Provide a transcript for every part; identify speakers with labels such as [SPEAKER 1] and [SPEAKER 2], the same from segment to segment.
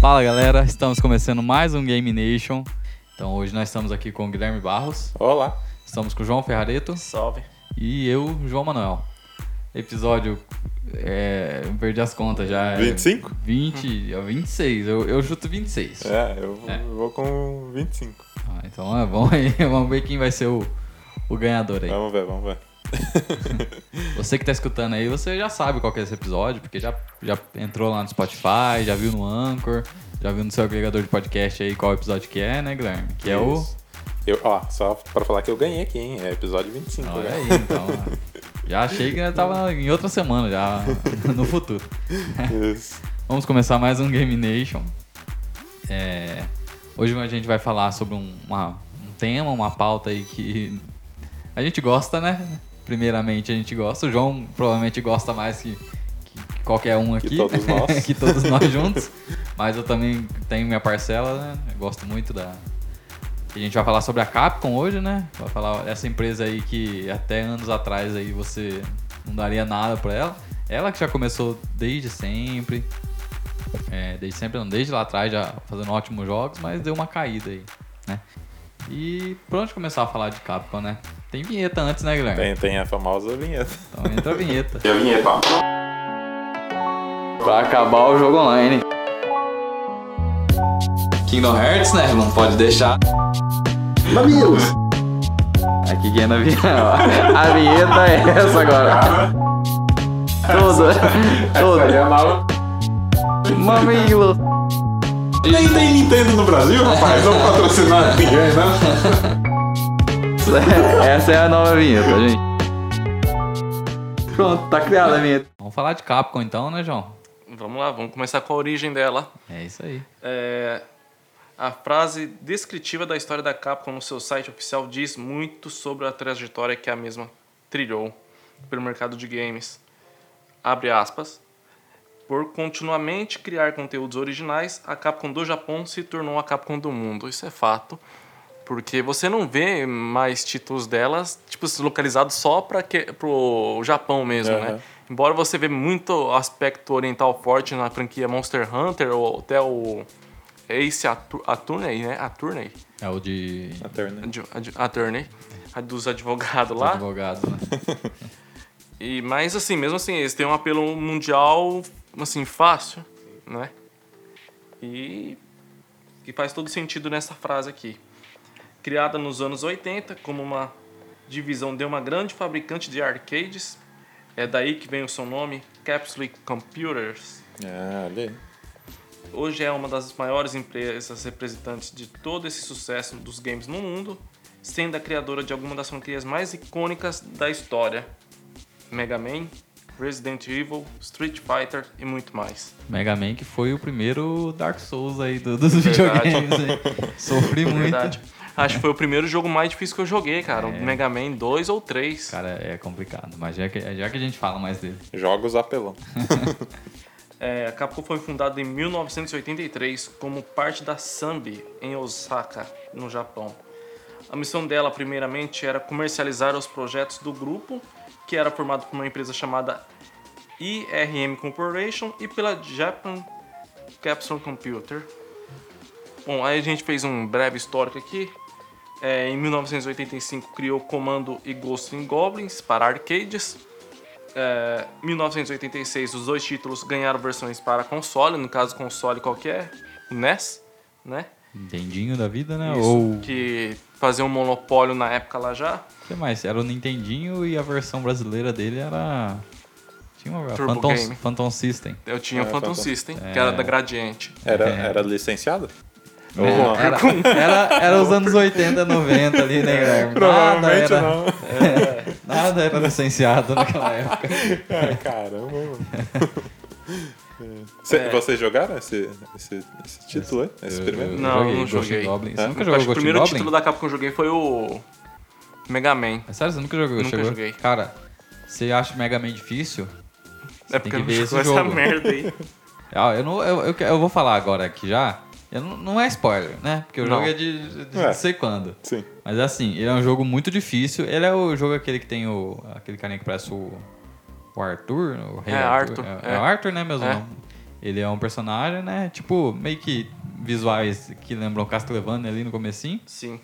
[SPEAKER 1] Fala galera, estamos começando mais um Game Nation. Então hoje nós estamos aqui com o Guilherme Barros,
[SPEAKER 2] Olá.
[SPEAKER 1] estamos com o João Ferrareto
[SPEAKER 3] Salve.
[SPEAKER 1] e eu, João Manuel. Episódio. É, eu perdi as contas já. é
[SPEAKER 2] 25?
[SPEAKER 1] 20, é 26, eu, eu chuto 26.
[SPEAKER 2] É, eu
[SPEAKER 1] É.
[SPEAKER 2] vou com 25.
[SPEAKER 1] Ah, então é, vamos aí, vamos ver quem vai ser o, o ganhador aí.
[SPEAKER 2] Vamos ver, vamos ver. É.
[SPEAKER 1] Você que tá escutando aí, você já sabe qual que é esse episódio, porque já, já entrou lá no Spotify, já viu no Anchor, já viu no seu agregador de podcast aí qual episódio que é, né, Guilherme? Que é o.
[SPEAKER 2] Isso. Eu, ó, só pra falar que eu ganhei aqui, hein? É episódio 25,
[SPEAKER 1] Olha
[SPEAKER 2] né?
[SPEAKER 1] aí, então. Já achei que eu tava em outra semana, já no futuro.
[SPEAKER 2] Isso.
[SPEAKER 1] Vamos começar mais um Game Nation. É, hoje a gente vai falar sobre um, uma- um tema, uma pauta aí que a gente gosta, né? Primeiramente a gente gosta. O João provavelmente gosta mais que, que qualquer um aqui.
[SPEAKER 2] todos nós.
[SPEAKER 1] que todos nós juntos. Mas eu também tenho minha parcela, né? Eu gosto muito da. E a gente vai falar sobre a Capcom hoje, né? Vai falar essa empresa aí que até anos atrás aí você não daria nada pra ela. Ela que já começou desde sempre. É, desde sempre, não, desde lá atrás já fazendo ótimos jogos, mas deu uma caída aí, né? E pra onde começar a falar de Capcom, né? Tem vinheta antes, né, Guilherme?
[SPEAKER 2] Tem, tem a famosa vinheta.
[SPEAKER 1] Então entra a vinheta.
[SPEAKER 2] E a vinheta?
[SPEAKER 1] Pra acabar o jogo online. Kingdom Hearts, né? Não pode deixar.
[SPEAKER 2] Mamilos!
[SPEAKER 1] Aqui quem é na vinheta. A vinheta é essa agora. Toda.
[SPEAKER 2] é
[SPEAKER 1] Toda. Mamilo.
[SPEAKER 2] Nem tem Nintendo no Brasil, rapaz. Vamos patrocinar né? ninguém, né?
[SPEAKER 1] Essa é a nova vinheta, gente. Pronto, tá criada a vinheta. Vamos falar de Capcom então, né, João?
[SPEAKER 3] Vamos lá, vamos começar com a origem dela.
[SPEAKER 1] É isso aí.
[SPEAKER 3] É, a frase descritiva da história da Capcom no seu site oficial diz muito sobre a trajetória que a mesma trilhou pelo mercado de games. Abre aspas. Por continuamente criar conteúdos originais, a Capcom do Japão se tornou a Capcom do mundo. Isso é fato. Porque você não vê mais títulos delas, tipo, localizados só para pro Japão mesmo,
[SPEAKER 2] Aham.
[SPEAKER 3] né? Embora você vê muito aspecto oriental forte na franquia Monster Hunter ou até o Ace Atu- Attorney, né? Attorney.
[SPEAKER 1] É o de
[SPEAKER 2] Attorney.
[SPEAKER 3] Ad- ad- Attorney. A Dos advogados lá.
[SPEAKER 1] advogado, né?
[SPEAKER 3] E, mas assim, mesmo assim, eles têm um apelo mundial, assim, fácil, né? E que faz todo sentido nessa frase aqui. Criada nos anos 80 como uma divisão de uma grande fabricante de arcades, é daí que vem o seu nome, Capsule Computers.
[SPEAKER 2] Ah, ali.
[SPEAKER 3] Hoje é uma das maiores empresas representantes de todo esse sucesso dos games no mundo, sendo a criadora de algumas das franquias mais icônicas da história: Mega Man, Resident Evil, Street Fighter e muito mais.
[SPEAKER 1] Mega Man que foi o primeiro Dark Souls aí do- dos
[SPEAKER 3] Verdade.
[SPEAKER 1] videogames. Aí. Sofri muito.
[SPEAKER 3] Verdade. Acho que foi o primeiro jogo mais difícil que eu joguei, cara. O Mega Man 2 ou 3.
[SPEAKER 1] Cara, é complicado. Mas já que, já que a gente fala mais dele.
[SPEAKER 2] Jogos apelão.
[SPEAKER 3] É, a Capcom foi fundada em 1983 como parte da Sambi, em Osaka, no Japão. A missão dela, primeiramente, era comercializar os projetos do grupo, que era formado por uma empresa chamada IRM Corporation e pela Japan Capsule Computer. Bom, aí a gente fez um breve histórico aqui. É, em 1985 criou Comando e Ghost in Goblins para arcades. É, 1986, os dois títulos ganharam versões para console, no caso console qualquer, o NES, né?
[SPEAKER 1] Nintendinho da vida, né?
[SPEAKER 3] Isso,
[SPEAKER 1] Ou o
[SPEAKER 3] que fazia um monopólio na época lá já.
[SPEAKER 1] que mais? Era o Nintendinho e a versão brasileira dele era. Tinha uma
[SPEAKER 3] Turbo
[SPEAKER 1] Phantom,
[SPEAKER 3] Game.
[SPEAKER 1] Phantom System.
[SPEAKER 3] Eu tinha o
[SPEAKER 2] É,
[SPEAKER 3] Phantom
[SPEAKER 2] Phantom-
[SPEAKER 3] System, que era da Gradiente.
[SPEAKER 2] Era, era licenciado? Ou
[SPEAKER 1] É,
[SPEAKER 2] não?
[SPEAKER 1] era, era, era os anos 80, 90 ali,
[SPEAKER 3] É,
[SPEAKER 1] né, Guilherme? Nada
[SPEAKER 2] Provavelmente
[SPEAKER 1] era,
[SPEAKER 2] não.
[SPEAKER 1] nada era licenciado naquela época.
[SPEAKER 2] É, caramba. mano. Cê-
[SPEAKER 3] É.
[SPEAKER 2] Vocês jogaram esse, esse, esse título aí? Esse primeiro?
[SPEAKER 1] Eu
[SPEAKER 3] Não,
[SPEAKER 1] joguei
[SPEAKER 3] não
[SPEAKER 1] Ghost
[SPEAKER 3] joguei.
[SPEAKER 1] Goblin. Você
[SPEAKER 2] É?
[SPEAKER 1] nunca
[SPEAKER 3] Eu
[SPEAKER 1] jogou
[SPEAKER 3] acho que
[SPEAKER 1] Ghost
[SPEAKER 3] o primeiro
[SPEAKER 1] Goblin?
[SPEAKER 3] título da Capcom que eu joguei foi o Mega Man.
[SPEAKER 1] É sério, você nunca jogou?
[SPEAKER 3] Nunca
[SPEAKER 1] Chegou-
[SPEAKER 3] joguei.
[SPEAKER 1] Cara, você acha Mega Man difícil?
[SPEAKER 3] é
[SPEAKER 1] tem
[SPEAKER 3] porque
[SPEAKER 1] que
[SPEAKER 3] eu não
[SPEAKER 1] ver
[SPEAKER 3] jogou
[SPEAKER 1] esse
[SPEAKER 3] essa
[SPEAKER 1] jogo.
[SPEAKER 3] merda aí.
[SPEAKER 1] Ah, eu, não, eu, eu, que- eu vou falar agora aqui já. Eu não, não é spoiler, né? Porque o
[SPEAKER 3] Não.
[SPEAKER 1] jogo é de, de- de
[SPEAKER 2] É.
[SPEAKER 1] não sei quando.
[SPEAKER 2] Sim.
[SPEAKER 1] Mas assim, ele é um jogo muito difícil. Ele é o jogo aquele que tem o. aquele carinha que parece o. O Arthur? O Rei
[SPEAKER 3] É,
[SPEAKER 1] Arthur.
[SPEAKER 3] Arthur,
[SPEAKER 1] É, é
[SPEAKER 3] é.
[SPEAKER 1] o Arthur, né? Mesmo
[SPEAKER 3] É.
[SPEAKER 1] nome. Ele é um personagem, né? Tipo, meio que visuais que lembram Castlevania ali no comecinho.
[SPEAKER 3] Sim.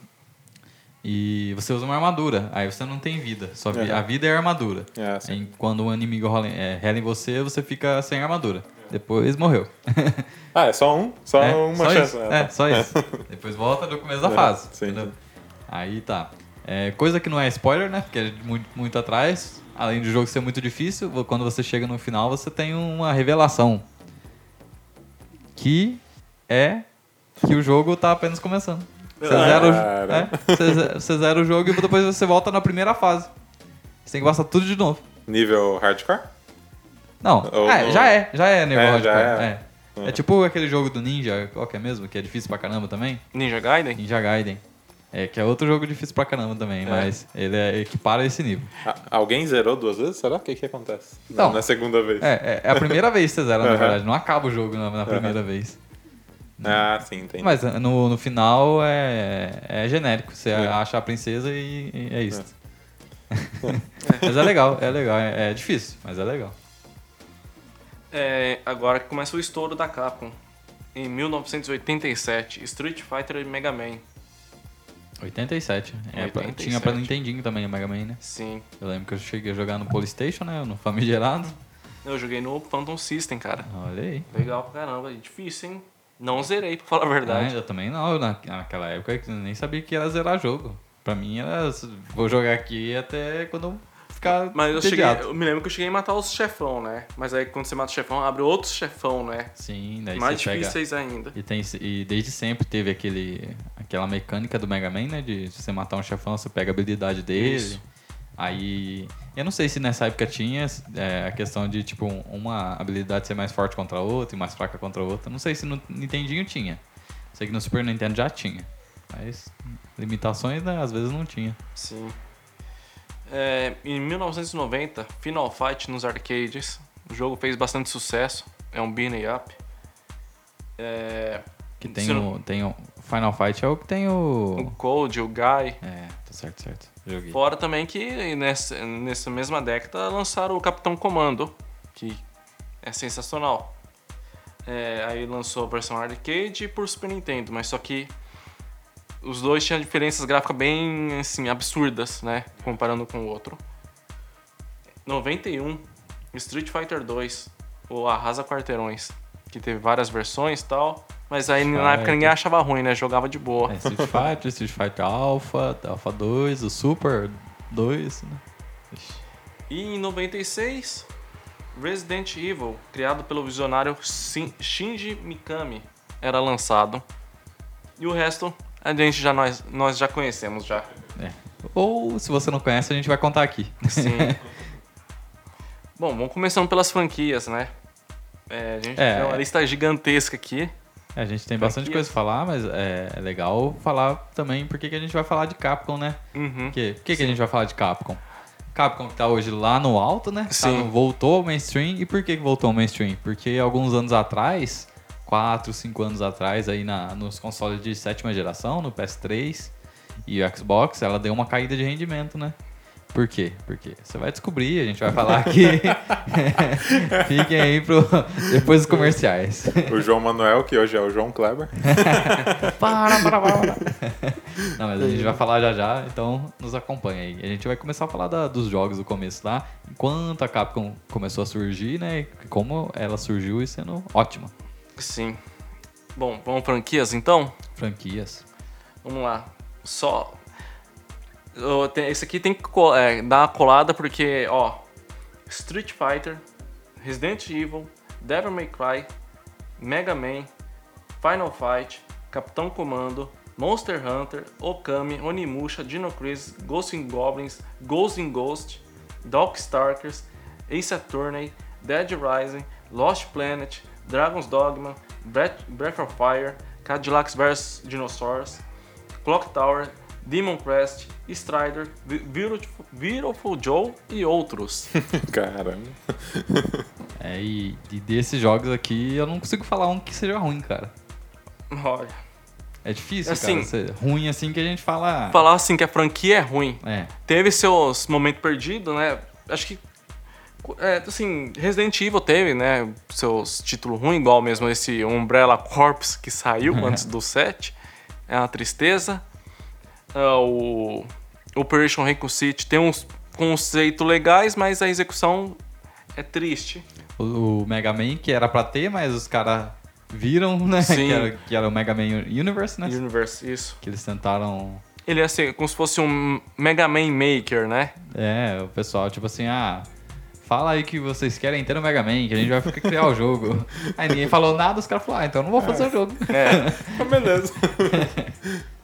[SPEAKER 1] E você usa uma armadura, aí você não tem vida. Só vi-
[SPEAKER 2] Uhum.
[SPEAKER 1] A vida é a armadura.
[SPEAKER 2] É, sim.
[SPEAKER 1] Aí quando um inimigo rola em, é, rela em você, você fica sem armadura. Depois morreu.
[SPEAKER 2] Ah, é só um? Só
[SPEAKER 1] É,
[SPEAKER 2] uma
[SPEAKER 1] só
[SPEAKER 2] chance,
[SPEAKER 1] isso.
[SPEAKER 2] né?
[SPEAKER 1] É, só isso. Depois volta do começo da
[SPEAKER 2] É,
[SPEAKER 1] fase.
[SPEAKER 2] sim,
[SPEAKER 1] entendeu?
[SPEAKER 2] sim.
[SPEAKER 1] Aí tá. É, coisa que não é spoiler, né? Porque é muito, muito atrás. Além do jogo ser muito difícil, vo- quando você chega no final, você tem uma revelação. Que é que o jogo tá apenas começando. Você
[SPEAKER 2] Ah,
[SPEAKER 1] zera, o-
[SPEAKER 2] cara.
[SPEAKER 1] é, você ze- você zera o jogo e depois você volta na primeira fase. Você tem que passar tudo de novo.
[SPEAKER 2] Nível hardcore?
[SPEAKER 1] Não,
[SPEAKER 2] Ou
[SPEAKER 1] é,
[SPEAKER 2] não-
[SPEAKER 1] já é, já é
[SPEAKER 2] É,
[SPEAKER 1] negócio.
[SPEAKER 2] já
[SPEAKER 1] É,
[SPEAKER 2] é.
[SPEAKER 1] é. É tipo aquele jogo do Ninja, qual que é mesmo? Que é difícil pra caramba também?
[SPEAKER 3] Ninja Gaiden?
[SPEAKER 1] Ninja Gaiden. É, que é outro jogo difícil pra caramba também, mas ele é equipara a esse nível.
[SPEAKER 2] A- alguém zerou duas vezes? Será? O que que acontece?
[SPEAKER 1] Não.
[SPEAKER 2] Na segunda vez.
[SPEAKER 1] Então, É, é, é a primeira vez que você zera, na
[SPEAKER 2] Aham.
[SPEAKER 1] verdade. Não acaba o jogo na, na primeira vez.
[SPEAKER 2] Ah, Uhum. sim, entendi.
[SPEAKER 1] Mas eh, no, no final é, é genérico. Você
[SPEAKER 2] É.
[SPEAKER 1] acha a princesa e, e é isso. mas é legal, é legal. É, é difícil, mas é legal.
[SPEAKER 3] É, agora que começa o estouro da Capcom. Em 1987, Street Fighter e Mega Man.
[SPEAKER 1] 87. É, pra-
[SPEAKER 3] 87.
[SPEAKER 1] tinha pra Nintendinho também, o Mega Man, né?
[SPEAKER 3] Sim.
[SPEAKER 1] Eu lembro que eu cheguei a jogar no Polystation, né? No Famigerado.
[SPEAKER 3] Eu joguei no Phantom System, cara.
[SPEAKER 1] Olha aí.
[SPEAKER 3] Legal pra caramba. E difícil, hein? Não zerei, pra falar a
[SPEAKER 1] Ah,
[SPEAKER 3] verdade.
[SPEAKER 1] eu também não, na- naquela época eu nem sabia que era zerar jogo. Pra mim era, s- vou jogar aqui até quando eu ficar
[SPEAKER 3] Mas eu, cheguei,
[SPEAKER 1] entediado.
[SPEAKER 3] eu me lembro que eu cheguei a matar os chefão, né? Mas aí quando você mata o chefão, abre outro chefão, né?
[SPEAKER 1] Sim, daí
[SPEAKER 3] Mais
[SPEAKER 1] você pega...
[SPEAKER 3] difíceis ainda.
[SPEAKER 1] E, tem, e desde sempre teve aquele, aquela mecânica do Mega Man, né? De se você matar um chefão, você pega a habilidade dele.
[SPEAKER 3] Isso.
[SPEAKER 1] Aí. Eu não sei se nessa época tinha é, a questão de, tipo, um- uma habilidade ser mais forte contra a outra e mais fraca contra a outra. Não sei se no Nintendinho tinha. Sei que no Super Nintendo já tinha. Mas limitações, né, às vezes não tinha.
[SPEAKER 3] Sim. É, em 1990, Final Fight nos arcades. O jogo fez bastante sucesso. É um beat'em up. É,
[SPEAKER 1] Que tem
[SPEAKER 3] Se
[SPEAKER 1] o,
[SPEAKER 3] não-
[SPEAKER 1] tem o. Final Fight é o que tem
[SPEAKER 3] o
[SPEAKER 1] o.
[SPEAKER 3] Cold, o Guy.
[SPEAKER 1] É, tá certo, certo. Joguei.
[SPEAKER 3] Fora também que nessa, nessa mesma década lançaram o Capitão Comando, que é sensacional. É, aí lançou a versão arcade e por Super Nintendo, mas só que os dois tinham diferenças gráficas bem assim, absurdas, né? Comparando com o outro. 91, Street Fighter 2, o Arrasa Quarteirões, que teve várias versões e tal. Mas aí na
[SPEAKER 1] Fighter.
[SPEAKER 3] época ninguém achava ruim, né? Jogava de boa.
[SPEAKER 1] É, Street Fighter, Street Fighter Alpha, Alpha 2, o Super 2, né? Ixi.
[SPEAKER 3] E em 96, Resident Evil, criado pelo visionário Shin- Shinji Mikami, era lançado. E o resto, a gente já nós, nós já conhecemos já.
[SPEAKER 1] É. Ou, se você não conhece, a gente vai contar aqui.
[SPEAKER 3] Sim. Bom, vamos começando pelas franquias, né? É, a gente
[SPEAKER 1] É.
[SPEAKER 3] tem uma lista gigantesca aqui.
[SPEAKER 1] É, a gente tem bastante coisa pra falar, mas é, é legal falar também porque que a gente vai falar de Capcom, né?
[SPEAKER 3] Uhum.
[SPEAKER 1] Por quê? Por que, que a gente vai falar de Capcom? Capcom que tá hoje lá no alto, né? Tá
[SPEAKER 3] Sim.
[SPEAKER 1] no- voltou ao mainstream. E por que que voltou ao mainstream? Porque alguns anos atrás, 4, 5 anos atrás, aí na, nos consoles de sétima geração, no PS3 e o Xbox, ela deu uma caída de rendimento, né? Por quê? Porque você vai descobrir, a gente vai falar aqui. Fiquem aí pro, depois dos comerciais.
[SPEAKER 2] O João Manuel, que hoje é o João Kleber.
[SPEAKER 1] Para, para, para, para. Não, mas a gente vai falar já já, então nos acompanha aí. A gente vai começar a falar da- dos jogos do começo lá, enquanto a Capcom começou a surgir, né? e Como ela surgiu e sendo ótima.
[SPEAKER 3] Sim. Bom, vamos franquias então?
[SPEAKER 1] Franquias.
[SPEAKER 3] Vamos lá. Só. Eu te- Esse aqui tem que co- é, dar uma colada porque, ó. Street Fighter, Resident Evil, Devil May Cry, Mega Man, Final Fight, Capitão Comando, Monster Hunter, Okami, Onimusha, Dino Crisis, Ghost in Goblins, Ghost in Ghost, Doc Starkers, Ace Attorney, Dead Rising, Lost Planet, Dragon's Dogma, Breath, Breath of Fire, Cadillacs vs Dinosaurs, Clock Tower, Demon Crest, Strider, Vi- Beautiful, Beautiful Joe e outros.
[SPEAKER 2] Caramba.
[SPEAKER 1] É, e, e desses jogos aqui, eu não consigo falar um que seja ruim, cara.
[SPEAKER 3] Olha,
[SPEAKER 1] É difícil,
[SPEAKER 3] Assim.
[SPEAKER 1] cara. ser ruim assim que a gente fala.
[SPEAKER 3] falar assim que a franquia é ruim.
[SPEAKER 1] É,
[SPEAKER 3] Teve seus momentos perdidos, né? Acho que É, assim, Resident Evil teve, né, seus títulos ruins, igual mesmo esse Umbrella Corps que saiu antes do 7. É uma tristeza. Ah, o Operation Raccoon City tem uns conceitos legais, mas a execução é triste.
[SPEAKER 1] O, o Mega Man, que era pra ter, mas os caras viram, né?
[SPEAKER 3] Sim.
[SPEAKER 1] Que era, que era o Mega Man Universe, né?
[SPEAKER 3] Universe, isso.
[SPEAKER 1] Que eles tentaram.
[SPEAKER 3] Ele é assim, como se fosse um Mega Man Maker, né?
[SPEAKER 1] É, o pessoal, tipo assim, ah. Fala aí que vocês querem ter o Mega Man, que a gente vai ficar- criar o jogo. Aí ninguém falou nada, os caras falaram, ah, então eu não vou fazer o jogo.
[SPEAKER 3] É,
[SPEAKER 2] Ah, beleza.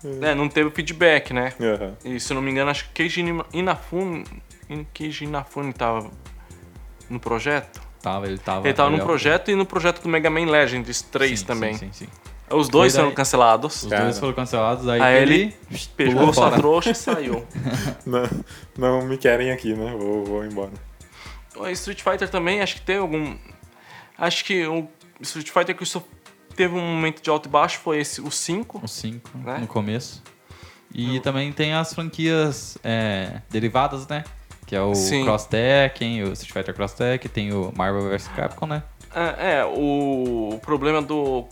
[SPEAKER 3] né, não teve feedback, né?
[SPEAKER 2] Aham.
[SPEAKER 3] E se eu não me engano, acho que Keiji Nima- Inafune, In- Keiji Inafune tava no projeto.
[SPEAKER 1] Tava, ele tava.
[SPEAKER 3] Ele tava no
[SPEAKER 1] é o-
[SPEAKER 3] projeto e no projeto do Mega Man Legends 3
[SPEAKER 1] Sim,
[SPEAKER 3] também.
[SPEAKER 1] Sim, sim, sim.
[SPEAKER 3] Os dois
[SPEAKER 1] Foi daí-
[SPEAKER 3] foram cancelados.
[SPEAKER 1] Os
[SPEAKER 2] Cara.
[SPEAKER 1] dois foram cancelados, aí,
[SPEAKER 3] Aí
[SPEAKER 1] ele.
[SPEAKER 3] Pegou
[SPEAKER 1] pulou
[SPEAKER 3] sua
[SPEAKER 1] fora.
[SPEAKER 3] trouxa e saiu.
[SPEAKER 2] Não, não me querem aqui, né? Vou, vou embora.
[SPEAKER 3] O Street Fighter também, acho que teve algum. Acho que o Street Fighter que só teve um momento de alto e baixo foi esse, o 5.
[SPEAKER 1] Os um cinco
[SPEAKER 3] Né?
[SPEAKER 1] no começo. E
[SPEAKER 3] Eu-
[SPEAKER 1] também tem as franquias é, derivadas, né? Que é o
[SPEAKER 3] Sim.
[SPEAKER 1] Cross Tekken, o Street Fighter Cross Tekken, tem o Marvel vs Capcom, né?
[SPEAKER 3] É, é, o problema do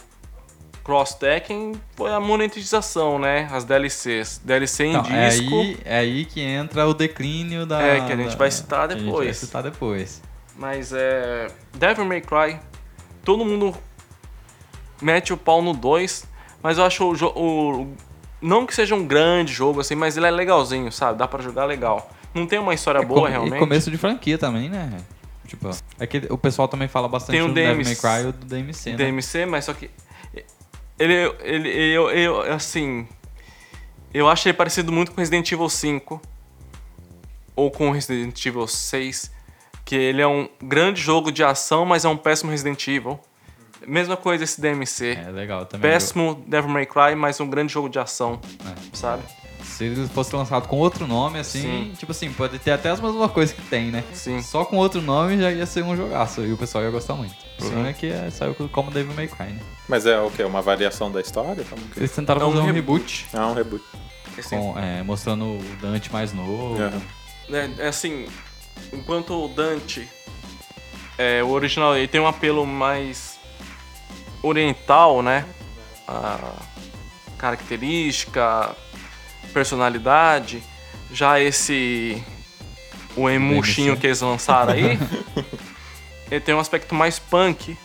[SPEAKER 3] Cross Tekken foi a monetização, né? As DLCs. DLC em
[SPEAKER 1] Então,
[SPEAKER 3] disco.
[SPEAKER 1] é, aí, é aí que entra o declínio da.
[SPEAKER 3] É, que a gente
[SPEAKER 1] da-
[SPEAKER 3] vai citar
[SPEAKER 1] que a gente
[SPEAKER 3] depois.
[SPEAKER 1] vai citar depois.
[SPEAKER 3] Mas é. Devil May Cry, todo mundo mete o pau no 2, mas eu acho o, jo- o- Não que seja um grande jogo assim, mas ele é legalzinho, sabe? Dá pra jogar legal. Não tem uma história É boa
[SPEAKER 1] É e
[SPEAKER 3] realmente.
[SPEAKER 1] começo de franquia também, né? Tipo, é que o pessoal também fala bastante
[SPEAKER 3] Tem o
[SPEAKER 1] do Devil May
[SPEAKER 3] DMC,
[SPEAKER 1] Cry ou do DMC, né?
[SPEAKER 3] DMC, mas só que. Ele, ele, eu, eu, assim. Eu acho ele parecido muito com Resident Evil 5. Ou com Resident Evil 6. Que ele é um grande jogo de ação, mas é um péssimo Resident Evil. Mesma coisa esse DMC.
[SPEAKER 1] É legal também.
[SPEAKER 3] péssimo Devil May Cry, mas um grande jogo de ação,
[SPEAKER 1] É.
[SPEAKER 3] sabe?
[SPEAKER 1] Se ele fosse lançado com outro nome, assim,
[SPEAKER 3] Sim.
[SPEAKER 1] tipo assim, pode ter até as mesmas coisas que tem, né?
[SPEAKER 3] Sim.
[SPEAKER 1] Só com outro nome já ia ser um jogaço e o pessoal ia gostar muito. O problema é que é, saiu como Devil May Cry, né?
[SPEAKER 2] Mas é o quê? Uma variação da história? Como que-
[SPEAKER 1] Eles tentaram
[SPEAKER 3] É um
[SPEAKER 1] fazer um
[SPEAKER 3] reboot.
[SPEAKER 1] reboot,
[SPEAKER 2] Ah, um reboot.
[SPEAKER 3] Assim,
[SPEAKER 1] com, é, mostrando o Dante mais novo.
[SPEAKER 2] Aham.
[SPEAKER 3] né, é assim, enquanto o Dante, é, o original, ele tem um apelo mais oriental, né? A característica, personalidade. Já esse. O emuchinho que eles lançaram aí. ele tem um aspecto mais punk,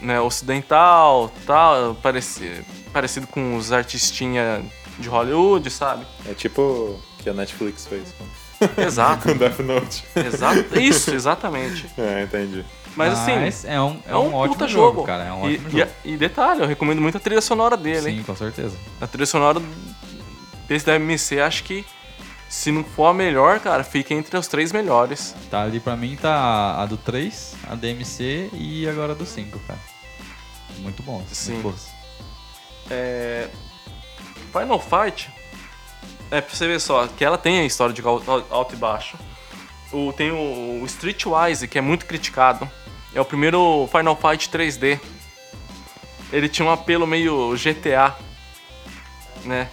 [SPEAKER 3] né? Ocidental, tal, pareci- parecido com os artistinha de Hollywood, sabe?
[SPEAKER 2] É tipo o que a Netflix fez com,
[SPEAKER 3] Exato.
[SPEAKER 2] com Death Note.
[SPEAKER 3] Exato, isso, exatamente.
[SPEAKER 2] É, entendi.
[SPEAKER 3] Mas assim,
[SPEAKER 1] é um, é
[SPEAKER 3] é um,
[SPEAKER 1] um ótimo
[SPEAKER 3] puta
[SPEAKER 1] jogo,
[SPEAKER 3] jogo,
[SPEAKER 1] cara. É um
[SPEAKER 3] e,
[SPEAKER 1] ótimo
[SPEAKER 3] e-
[SPEAKER 1] jogo.
[SPEAKER 3] E, detalhe, eu recomendo muito a trilha sonora dele. hein?
[SPEAKER 1] Sim, com certeza.
[SPEAKER 3] A trilha sonora desse da MC, acho que se não for a melhor, cara, fica entre os três melhores.
[SPEAKER 1] Tá ali pra mim, tá a do 3, a DMC e agora a do 5, cara. Muito bom.
[SPEAKER 3] Sim.
[SPEAKER 1] Muito boas.
[SPEAKER 3] É... Final Fight é pra você ver só que ela tem a história de alto, alto e baixo. O, tem o, o Streetwise, que é muito criticado. É o primeiro Final Fight 3D. Ele tinha um apelo meio GTA, né?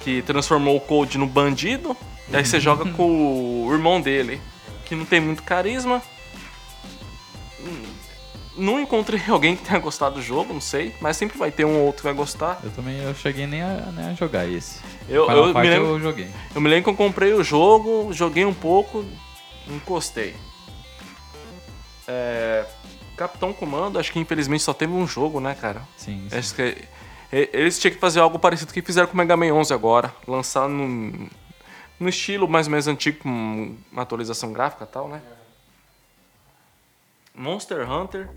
[SPEAKER 3] Que transformou o Cold no bandido. E aí você joga com o irmão dele, que não tem muito carisma. Hum, Não encontrei alguém que tenha gostado do jogo, não sei. Mas sempre vai ter um ou outro que vai gostar.
[SPEAKER 1] Eu também eu cheguei nem a, nem a jogar esse.
[SPEAKER 3] Eu,
[SPEAKER 1] Final
[SPEAKER 3] eu, me
[SPEAKER 1] Fight
[SPEAKER 3] lembro,
[SPEAKER 1] eu joguei.
[SPEAKER 3] eu me lembro que eu comprei o jogo, joguei um pouco, encostei. É, Capitão Comando, acho que infelizmente só teve um jogo, né, cara?
[SPEAKER 1] Sim, sim.
[SPEAKER 3] Acho que e- eles tinham que fazer algo parecido com o que fizeram com o Mega Man 11 agora. Lançar num, num estilo mais ou menos antigo, com uma atualização gráfica e tal, né?
[SPEAKER 1] É.
[SPEAKER 3] Monster Hunter.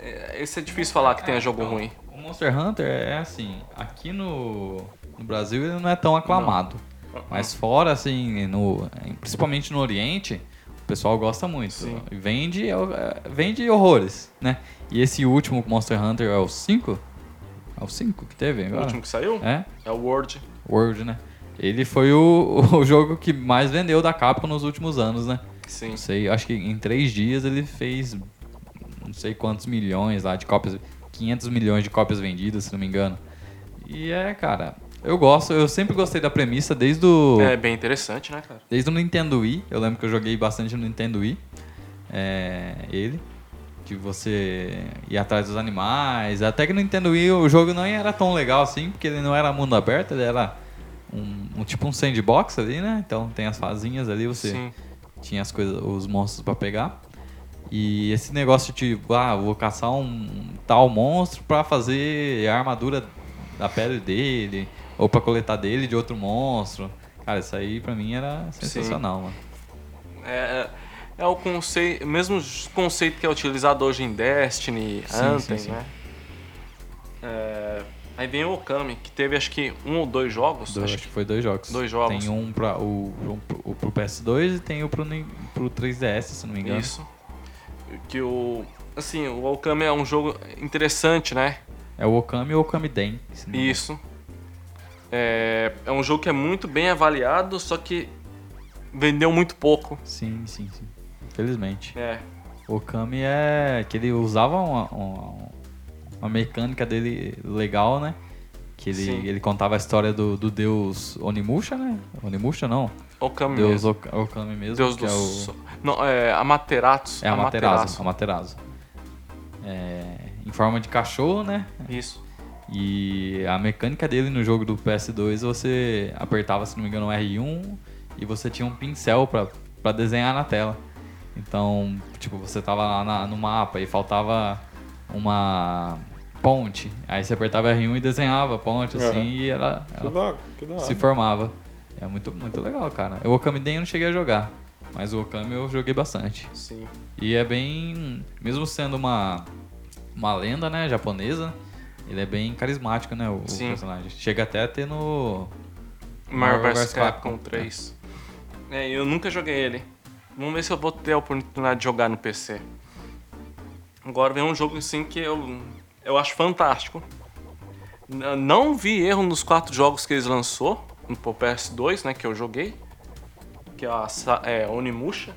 [SPEAKER 3] É, Esse é difícil falar que tenha
[SPEAKER 1] É,
[SPEAKER 3] jogo ruim.
[SPEAKER 1] Então, O Monster Hunter é assim, aqui no, no Brasil ele não é tão aclamado. Mas fora, assim, no, principalmente no Oriente, o pessoal gosta muito.
[SPEAKER 3] Sim.
[SPEAKER 1] E vende, é, vende horrores, né? E esse último Monster Hunter é o 5? É o 5 que teve
[SPEAKER 3] O
[SPEAKER 1] agora?
[SPEAKER 3] último que saiu
[SPEAKER 1] É?
[SPEAKER 3] é o World.
[SPEAKER 1] World, né? Ele foi o, o jogo que mais vendeu da Capcom nos últimos anos, né?
[SPEAKER 3] Sim.
[SPEAKER 1] Não sei, acho que em três dias ele fez não sei quantos milhões lá de cópias, 500 milhões de cópias vendidas, se não me engano. E é, cara, Eu gosto, eu sempre gostei da premissa desde o,
[SPEAKER 3] É bem interessante, né, cara?
[SPEAKER 1] desde o Nintendo Wii. Eu lembro que eu joguei bastante no Nintendo Wii. É, ele. Que você ia atrás dos animais. Até que no Nintendo Wii o jogo não era tão legal assim, porque ele não era mundo aberto, ele era um, um- tipo um sandbox ali, né? Então tem as fazinhas ali, você
[SPEAKER 3] Sim.
[SPEAKER 1] tinha as coisas, os monstros pra pegar. E esse negócio de, ah, vou caçar um tal monstro pra fazer a armadura da pele dele, ou pra coletar dele de outro monstro. Cara, isso aí pra mim era sensacional, mano.
[SPEAKER 3] É, é o conceito, mesmo conceito que é utilizado hoje em Destiny,
[SPEAKER 1] Sim,
[SPEAKER 3] Anthem,
[SPEAKER 1] sim, sim.
[SPEAKER 3] né? É, aí vem o Okami, que teve acho que um ou dois jogos.
[SPEAKER 1] Dois-
[SPEAKER 3] acho
[SPEAKER 1] acho que foi dois jogos.
[SPEAKER 3] dois jogos.
[SPEAKER 1] Tem um, pra, o, um pro- o pro PS2 e tem o pro, Ni- pro 3DS, se não me engano.
[SPEAKER 3] Isso. Que o. Assim, o Okami é um jogo interessante, né?
[SPEAKER 1] É o Okami ou Okami Den. se não me engano.
[SPEAKER 3] Isso. É, é um jogo que é muito bem avaliado, só que vendeu muito pouco.
[SPEAKER 1] Sim, sim, sim. Infelizmente.
[SPEAKER 3] É,
[SPEAKER 1] O Okami é que ele usava uma, uma, uma mecânica dele legal, né? Que
[SPEAKER 3] Sim.
[SPEAKER 1] ele, ele contava a história do, do deus Onimusha, né? Onimusha não.
[SPEAKER 3] Okami
[SPEAKER 1] Deus
[SPEAKER 3] mesmo.
[SPEAKER 1] Ok- Okami mesmo.
[SPEAKER 3] Hum, Deus
[SPEAKER 1] que
[SPEAKER 3] do
[SPEAKER 1] é o...
[SPEAKER 3] Sol. Não, é Amaterasu.
[SPEAKER 1] É Amaterasu. Amaterasu. É, em forma de cachorro, né?
[SPEAKER 3] Isso.
[SPEAKER 1] E a mecânica dele no jogo do PS2, você apertava, se não me engano, o R1 e você tinha um pincel pra- pra desenhar na tela. Então, tipo, você tava lá na- no mapa e faltava uma ponte. Aí você apertava R1 e desenhava a ponte, assim,
[SPEAKER 2] Aham.
[SPEAKER 1] e ela, ela
[SPEAKER 2] Que da hora, que da hora.
[SPEAKER 1] se formava. É muito, muito legal, cara. O Okami Den eu não cheguei a jogar, mas o Okami eu joguei bastante.
[SPEAKER 3] Sim.
[SPEAKER 1] E é bem. Mesmo sendo uma, uma lenda, né, japonesa, ele é bem carismático, né? O, o
[SPEAKER 3] Sim.
[SPEAKER 1] personagem. Chega até a ter no.
[SPEAKER 3] Marvel
[SPEAKER 1] Marvel
[SPEAKER 3] vs
[SPEAKER 1] vs
[SPEAKER 3] Capcom
[SPEAKER 1] Capcom
[SPEAKER 3] 3. É, eu nunca joguei ele. Vamos ver se eu vou ter a oportunidade de jogar no PC. Agora vem um jogo assim que eu, eu acho fantástico. N- Não vi erro nos quatro jogos que eles lançou no pro PS2, né, que eu joguei. Que é a Sa- é, Onimusha.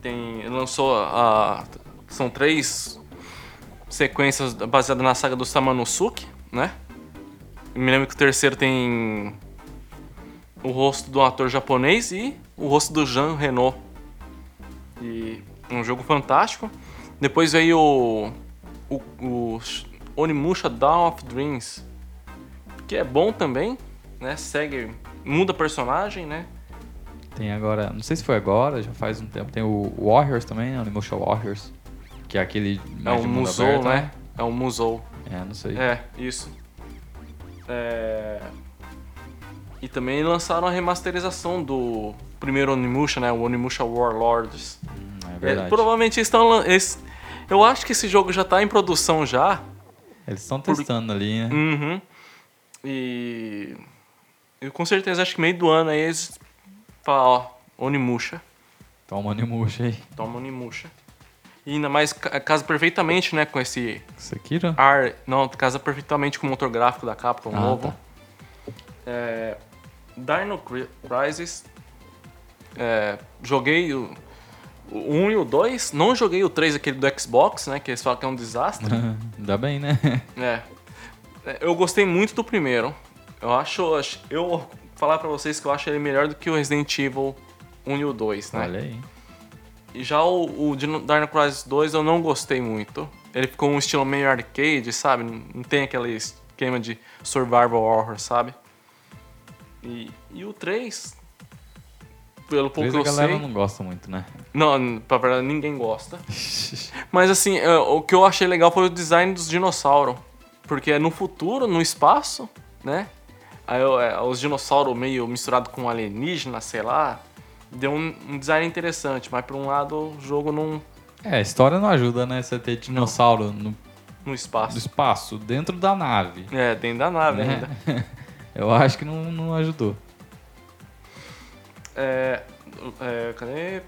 [SPEAKER 3] Tem, lançou a, são três sequências baseadas na saga do Samanosuke, né? Me lembro que o terceiro tem o rosto do ator japonês e o rosto do Jean Renault. E é um jogo fantástico. Depois veio o, o, o Sh- Onimusha Dawn of Dreams, que é bom também, né? Segue, muda personagem, né?
[SPEAKER 1] Tem agora. Não sei se foi agora, já faz um tempo. Tem o Warriors também, né? Animation Warriors. Que é aquele.
[SPEAKER 3] É
[SPEAKER 1] mais
[SPEAKER 3] um
[SPEAKER 1] de mundo
[SPEAKER 3] musou,
[SPEAKER 1] aberto,
[SPEAKER 3] né? É um musou.
[SPEAKER 1] É, não sei.
[SPEAKER 3] É, isso. É... E também lançaram a remasterização do primeiro Onimusha, né? O Onimusha Warlords.
[SPEAKER 1] Hum, é
[SPEAKER 3] É,
[SPEAKER 1] verdade.
[SPEAKER 3] provavelmente eles estão. lan- eles- Eu acho que esse jogo já tá em produção já.
[SPEAKER 1] Eles estão testando ali, né?
[SPEAKER 3] Uhum. E. Eu com certeza acho que meio do ano aí eles falam, ó, Onimusha.
[SPEAKER 1] Toma Animusha aí.
[SPEAKER 3] Toma Onimusha. E ainda mais ca- casa perfeitamente, né, com esse
[SPEAKER 1] Sekiro?
[SPEAKER 3] ar. Não, casa perfeitamente com o motor gráfico da Capcom
[SPEAKER 1] Ah,
[SPEAKER 3] novo.
[SPEAKER 1] tá.
[SPEAKER 3] É, Dino Cri- Crisis. É, joguei o 1 e o 2. Não joguei o 3, aquele do Xbox, né? Que eles falam que é um desastre.
[SPEAKER 1] Ainda bem, né?
[SPEAKER 3] É. É, Eu gostei muito do primeiro. Eu acho. acho- Eu vou falar pra vocês que eu acho ele melhor do que o Resident Evil 1 e o 2, né?
[SPEAKER 1] Olha aí.
[SPEAKER 3] E já o, o Dino- Dino Crisis 2 eu não gostei muito. Ele ficou um estilo meio arcade, sabe? Não não tem aquele esquema de survival horror, sabe? E, e o 3, pelo pouco
[SPEAKER 1] Talvez
[SPEAKER 3] que
[SPEAKER 1] a
[SPEAKER 3] eu
[SPEAKER 1] galera
[SPEAKER 3] sei.
[SPEAKER 1] não gosta muito, né?
[SPEAKER 3] Não, n- pra verdade, ninguém gosta. Mas assim, é, o que eu achei legal foi o design dos dinossauros. Porque é no futuro, no espaço, né? Aí eu- é, os dinossauros meio misturado com alienígena, sei lá. Deu um, um design interessante, mas por um lado o jogo não,
[SPEAKER 1] É, a história não ajuda, né? Você ter dinossauro no
[SPEAKER 3] no
[SPEAKER 1] do
[SPEAKER 3] espaço.
[SPEAKER 1] espaço, dentro da nave.
[SPEAKER 3] É, dentro da nave
[SPEAKER 1] né?
[SPEAKER 3] ainda.
[SPEAKER 1] Eu acho que não, não ajudou.
[SPEAKER 3] É, é, cadê?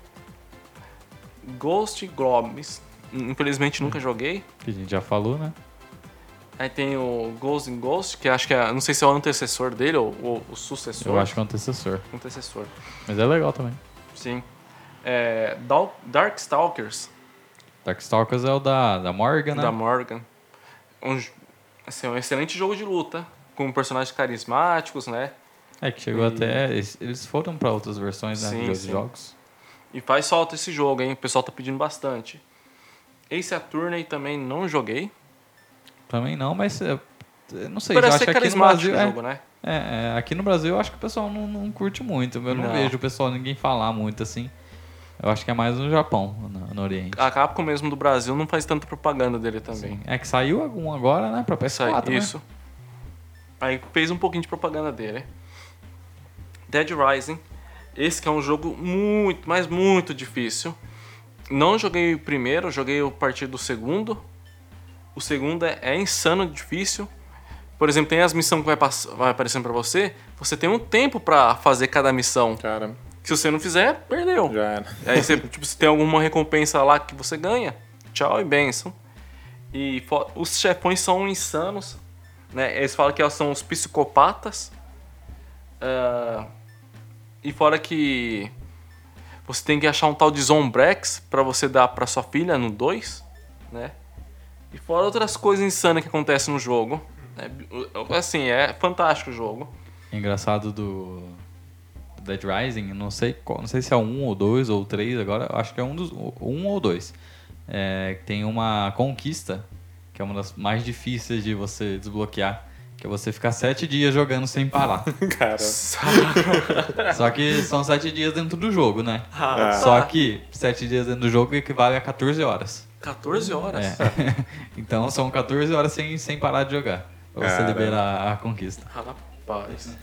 [SPEAKER 3] Ghost Globes. Infelizmente
[SPEAKER 1] Hum.
[SPEAKER 3] nunca joguei.
[SPEAKER 1] Que a gente já falou, né?
[SPEAKER 3] Aí tem o Ghost in Ghost, que acho que é. Não sei se é o antecessor dele ou, ou o sucessor.
[SPEAKER 1] Eu acho que é um antecessor.
[SPEAKER 3] Antecessor,
[SPEAKER 1] Mas é legal também.
[SPEAKER 3] sim. É, Dal- Darkstalkers,
[SPEAKER 1] Darkstalkers é o da, da Morgan, né?
[SPEAKER 3] da Morgan. Um, j- assim, um excelente jogo de luta. com personagens carismáticos, né?
[SPEAKER 1] É que chegou até. eles- Eles foram pra outras versões né,
[SPEAKER 3] Sim,
[SPEAKER 1] dos
[SPEAKER 3] sim.
[SPEAKER 1] jogos.
[SPEAKER 3] E faz falta esse jogo, hein? O pessoal tá pedindo bastante. Ace Attorney também não joguei.
[SPEAKER 1] Também não, mas. é, Não sei, eu
[SPEAKER 3] Parece
[SPEAKER 1] acho
[SPEAKER 3] ser
[SPEAKER 1] que aqui no
[SPEAKER 3] carismático
[SPEAKER 1] Brasil.
[SPEAKER 3] o
[SPEAKER 1] é,
[SPEAKER 3] jogo, né?
[SPEAKER 1] É, é, aqui no Brasil eu acho que o pessoal não, não curte muito. Eu não,
[SPEAKER 3] Não.
[SPEAKER 1] vejo o pessoal, ninguém falar muito assim. Eu acho que é mais no Japão, no, no Oriente.
[SPEAKER 3] A Capcom mesmo do Brasil não faz tanta propaganda dele também.
[SPEAKER 1] Sim. É que saiu algum agora, né? Pra
[SPEAKER 3] Isso aí,
[SPEAKER 1] PS4, né?
[SPEAKER 3] isso. Aí fez um pouquinho de propaganda dele. Dead Rising. Esse que é um jogo muito, mas muito difícil. Não joguei o primeiro, joguei o partir do segundo. O segundo é, é insano de difícil. Por exemplo, tem as missões que vai, pass- vai aparecendo pra você. Você tem um tempo pra fazer cada missão.
[SPEAKER 2] Cara,
[SPEAKER 3] Se você não fizer, perdeu.
[SPEAKER 2] já era.
[SPEAKER 3] Aí você, tipo, se tem alguma recompensa lá que você ganha, tchau e benção. E fo- os chefões são insanos, né? Eles falam que elas são os psicopatas. Ah, e fora que você tem que achar um tal de Zombrex pra você dar pra sua filha no 2, né? E fora outras coisas insanas que acontecem no jogo. né? Assim, é fantástico o jogo.
[SPEAKER 1] Engraçado do do Dead Rising, eu não sei qual- não sei se é um ou dois ou três agora, eu acho que é um dos um ou dois. É, que tem uma conquista que é uma das mais difíceis de você desbloquear, que é você ficar sete dias jogando sem parar.
[SPEAKER 2] Cara,
[SPEAKER 1] Só que são sete dias dentro do jogo, né?
[SPEAKER 2] Ah.
[SPEAKER 1] Só que sete dias dentro do jogo equivale a 14 horas.
[SPEAKER 3] 14 horas.
[SPEAKER 1] É. então são 14 horas sem, sem parar de jogar. Pra você
[SPEAKER 2] Cara.
[SPEAKER 1] liberar a conquista.
[SPEAKER 3] Rapaz.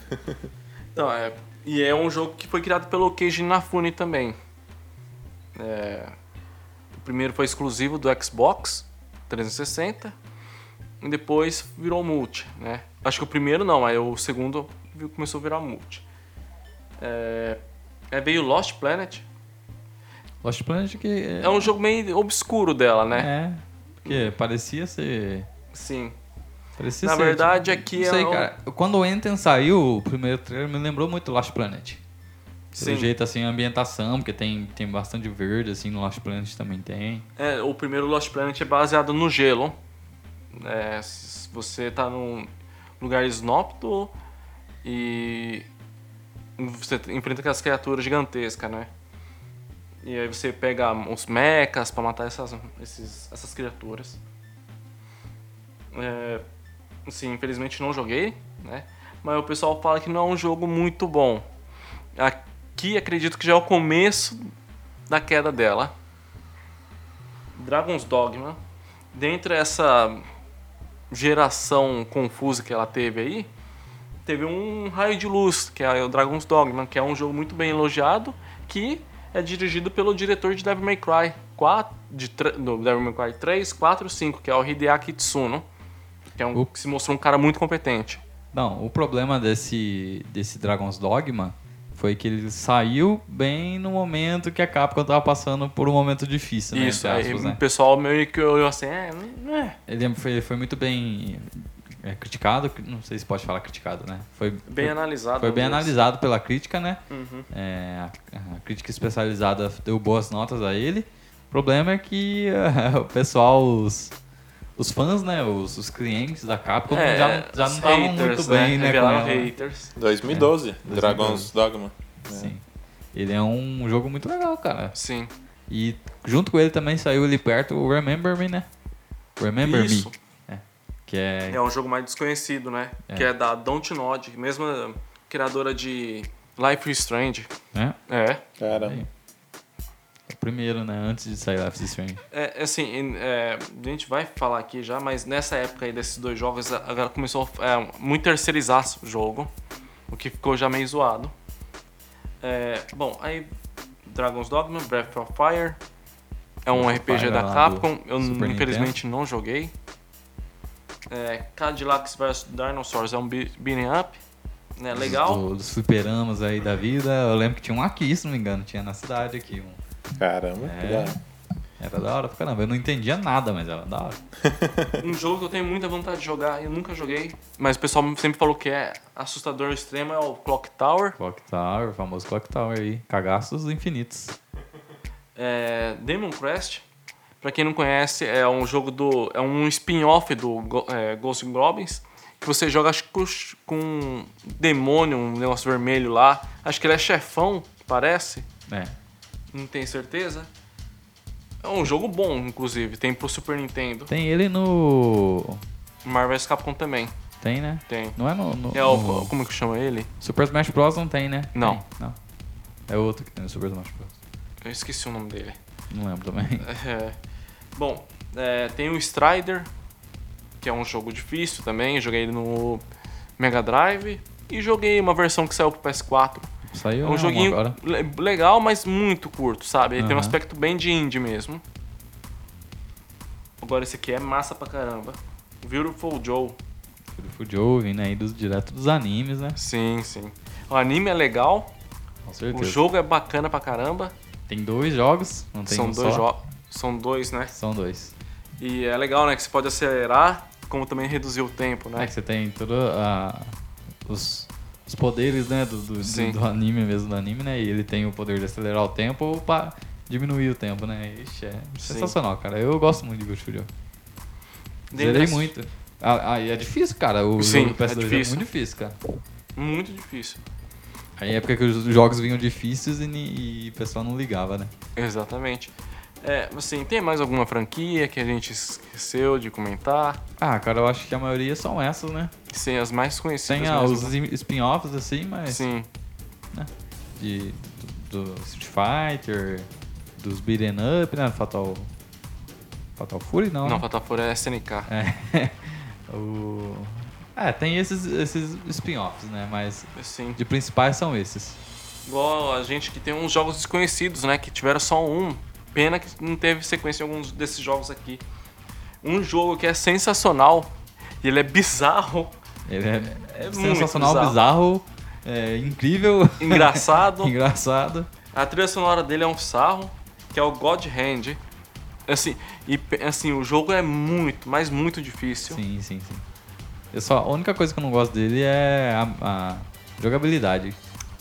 [SPEAKER 3] Então, é, e é um jogo que foi criado pelo Keiji Inafune também. É, o primeiro foi exclusivo do Xbox 360 e depois virou multi, né? Acho que o primeiro não, aí o segundo vi- começou a virar multi. É, aí veio Lost Planet.
[SPEAKER 1] Lost Planet que.
[SPEAKER 3] É um jogo meio obscuro dela, né?
[SPEAKER 1] É, porque parecia ser.
[SPEAKER 3] Sim.
[SPEAKER 1] Parecia
[SPEAKER 3] Na
[SPEAKER 1] ser,
[SPEAKER 3] verdade,
[SPEAKER 1] tipo,
[SPEAKER 3] aqui
[SPEAKER 1] não
[SPEAKER 3] é
[SPEAKER 1] sei,
[SPEAKER 3] um-
[SPEAKER 1] cara. Quando o Enten saiu, o primeiro trailer me lembrou muito Lost Planet.
[SPEAKER 3] Sim.
[SPEAKER 1] Pelo jeito, assim, a ambientação, porque tem, tem bastante verde, assim, no Lost Planet também tem.
[SPEAKER 3] É, o primeiro Lost Planet é baseado no gelo. É, s- você tá num lugar inóspito e você t- enfrenta aquelas criaturas gigantescas, né? E aí você pega os mechas pra matar essas, esses- essas criaturas. É, assim, infelizmente não joguei, né? Mas o pessoal fala que não é um jogo muito bom. Aqui acredito que já é o começo da queda dela. Dragon's Dogma, dentro dessa geração confusa que ela teve aí, teve um raio de luz, que é o Dragon's Dogma, que é um jogo muito bem elogiado, que é dirigido pelo diretor de Devil May Cry 4, de, tre- do Devil May Cry 3, 4, 5, que é o Hideaki Tsuno, que, é um,
[SPEAKER 1] Opa.
[SPEAKER 3] que se mostrou um cara muito competente.
[SPEAKER 1] Não, o problema desse, desse Dragon's Dogma foi que ele saiu bem no momento que a Capcom tava passando por um momento difícil, né?
[SPEAKER 3] Isso, é,
[SPEAKER 1] entre
[SPEAKER 3] aí
[SPEAKER 1] aspas,
[SPEAKER 3] o pessoal meio que olhou assim, é, não é,
[SPEAKER 1] Ele foi, foi muito bem é, criticado, não sei se pode falar criticado, né? Foi
[SPEAKER 3] bem analisado.
[SPEAKER 1] Foi bem
[SPEAKER 3] vamos dizer.
[SPEAKER 1] analisado pela crítica, né?
[SPEAKER 3] Tá Uhum.
[SPEAKER 1] É, a, a crítica especializada deu boas notas a ele. O problema é que eh, o pessoal, os, os fãs, né? Os, os clientes da Capcom
[SPEAKER 3] É,
[SPEAKER 1] já, não- já não
[SPEAKER 3] os
[SPEAKER 1] estavam
[SPEAKER 3] haters,
[SPEAKER 1] muito bem, né? com
[SPEAKER 3] Revelaram
[SPEAKER 1] ela.
[SPEAKER 3] haters. né?
[SPEAKER 2] 2012, Dragon's Dogma.
[SPEAKER 1] Sim. Ele é um jogo muito legal, cara.
[SPEAKER 3] Sim.
[SPEAKER 1] E junto com ele também saiu ali perto o Remember Me, né? Remember
[SPEAKER 3] Isso.
[SPEAKER 1] Me. É. Que é,
[SPEAKER 3] É um jogo mais desconhecido, né?
[SPEAKER 1] É.
[SPEAKER 3] Que é da Dontnod, mesma criadora de Life is Strange.
[SPEAKER 1] né?
[SPEAKER 3] É.
[SPEAKER 2] Cara,
[SPEAKER 1] Aí. O primeiro, né? Antes de sair Life is Strange.
[SPEAKER 3] É, assim, em- é, a gente vai falar aqui já, mas nessa época aí desses dois jogos, a galera começou a é, muito terceirizar o jogo, o que ficou já meio zoado. É, bom, aí Dragon's Dogma, Breath of Fire, é um
[SPEAKER 1] Breath of
[SPEAKER 3] RPG
[SPEAKER 1] Fire
[SPEAKER 3] da
[SPEAKER 1] lá do
[SPEAKER 3] Capcom, eu
[SPEAKER 1] Super
[SPEAKER 3] infelizmente não joguei. É, Cadillacs vs Dinosaurs é um be- beating up, né, legal.
[SPEAKER 1] Do- dos fliperamas aí da vida. Eu lembro que tinha um aqui, se não me engano, tinha na cidade aqui. um.
[SPEAKER 2] caramba.
[SPEAKER 1] É.
[SPEAKER 2] já.
[SPEAKER 1] Era da hora pra caramba. Eu não entendia nada, mas era da hora.
[SPEAKER 3] Um jogo que eu tenho muita vontade de jogar, eu nunca joguei, mas o pessoal sempre falou que é assustador extremo, é o Clock Tower.
[SPEAKER 1] Clock Tower, o famoso Clock Tower aí. Cagaços infinitos.
[SPEAKER 3] é, Demon Crest. Pra quem não conhece, é um jogo do. é um spin-off do Go- é, Ghost and Goblins, que você joga acho que com os- com um demônio, um negócio vermelho lá. Acho que ele é chefão, parece.
[SPEAKER 1] É.
[SPEAKER 3] Não tenho certeza. É um jogo bom, inclusive. Tem pro Super Nintendo.
[SPEAKER 1] Tem ele no.
[SPEAKER 3] Marvel vs Capcom também.
[SPEAKER 1] Tem, né?
[SPEAKER 3] Tem.
[SPEAKER 1] Não é no. no-
[SPEAKER 3] É o,
[SPEAKER 1] no-
[SPEAKER 3] como que chama ele?
[SPEAKER 1] Super Smash Bros. não tem, né?
[SPEAKER 3] Não.
[SPEAKER 1] Tem, não. É outro que tem no Super Smash Bros.
[SPEAKER 3] Eu esqueci o nome dele.
[SPEAKER 1] Não lembro também.
[SPEAKER 3] É. Bom, é, tem o Strider, que é um jogo difícil também. Joguei ele no Mega Drive. E joguei uma versão que saiu pro PS4.
[SPEAKER 1] Saiu
[SPEAKER 3] É
[SPEAKER 1] né,
[SPEAKER 3] um joguinho
[SPEAKER 1] agora.
[SPEAKER 3] le- legal, mas muito curto, sabe? Ele tem um
[SPEAKER 1] Aham.
[SPEAKER 3] aspecto bem de indie mesmo. Agora esse aqui é massa pra caramba. Beautiful Joe.
[SPEAKER 1] Do Fujou, vindo né? aí dos, direto dos animes, né?
[SPEAKER 3] Sim, sim. O anime é legal,
[SPEAKER 1] Com
[SPEAKER 3] o
[SPEAKER 1] certeza.
[SPEAKER 3] jogo é bacana pra caramba.
[SPEAKER 1] Tem dois jogos, não tem
[SPEAKER 3] São
[SPEAKER 1] um
[SPEAKER 3] dois
[SPEAKER 1] só.
[SPEAKER 3] jogos. São dois, né?
[SPEAKER 1] São dois.
[SPEAKER 3] E é legal, né? Que você pode acelerar, como também reduzir o tempo,
[SPEAKER 1] É
[SPEAKER 3] né?
[SPEAKER 1] que você tem todos os, os poderes, né? Do, do,
[SPEAKER 3] Sim.
[SPEAKER 1] do, do anime mesmo, do anime, né? E ele tem o poder de acelerar o tempo ou pa- diminuir o tempo, né? Ixi, é sensacional, cara. Eu gosto muito de Good Fujou.
[SPEAKER 3] Dele
[SPEAKER 1] Zerei
[SPEAKER 3] é
[SPEAKER 1] muito. Ah, ah, e é difícil, cara. O
[SPEAKER 3] Sim,
[SPEAKER 1] jogo do PS2
[SPEAKER 3] é
[SPEAKER 1] é,
[SPEAKER 3] difícil.
[SPEAKER 1] muito difícil, cara.
[SPEAKER 3] Muito difícil.
[SPEAKER 1] Aí é época que os jogos vinham difíceis e, ni- e o pessoal não ligava, né?
[SPEAKER 3] Exatamente. É, assim, tem mais alguma franquia que a gente esqueceu de comentar?
[SPEAKER 1] Ah, cara, eu acho que a maioria são essas, né?
[SPEAKER 3] Sim, as mais conhecidas.
[SPEAKER 1] Tem ah,
[SPEAKER 3] mesmo.
[SPEAKER 1] os im- spin-offs, assim, mas...
[SPEAKER 3] Sim,
[SPEAKER 1] De, do, do Street Fighter, dos beat'em up, né? Fatal... Fatal Fury, não,
[SPEAKER 3] não,
[SPEAKER 1] né?
[SPEAKER 3] Fataforia é SNK.
[SPEAKER 1] É. o... É, tem esses, esses spin-offs, né? Mas
[SPEAKER 3] Sim.
[SPEAKER 1] de principais são esses.
[SPEAKER 3] Assim, Igual a gente que tem uns jogos desconhecidos, né? Que tiveram só um. Pena que não teve sequência em alguns desses jogos aqui. Um jogo que é sensacional e ele é bizarro,
[SPEAKER 1] Ele é,
[SPEAKER 3] É muito
[SPEAKER 1] sensacional, bizarro, é, incrível,
[SPEAKER 3] engraçado.
[SPEAKER 1] engraçado.
[SPEAKER 3] a trilha sonora dele é um sarro, que é o God Hand. Assim, e pe- assim, o jogo é muito, mas muito difícil.
[SPEAKER 1] Sim, sim, sim. Eu só, a única coisa que eu não gosto dele é a, a jogabilidade.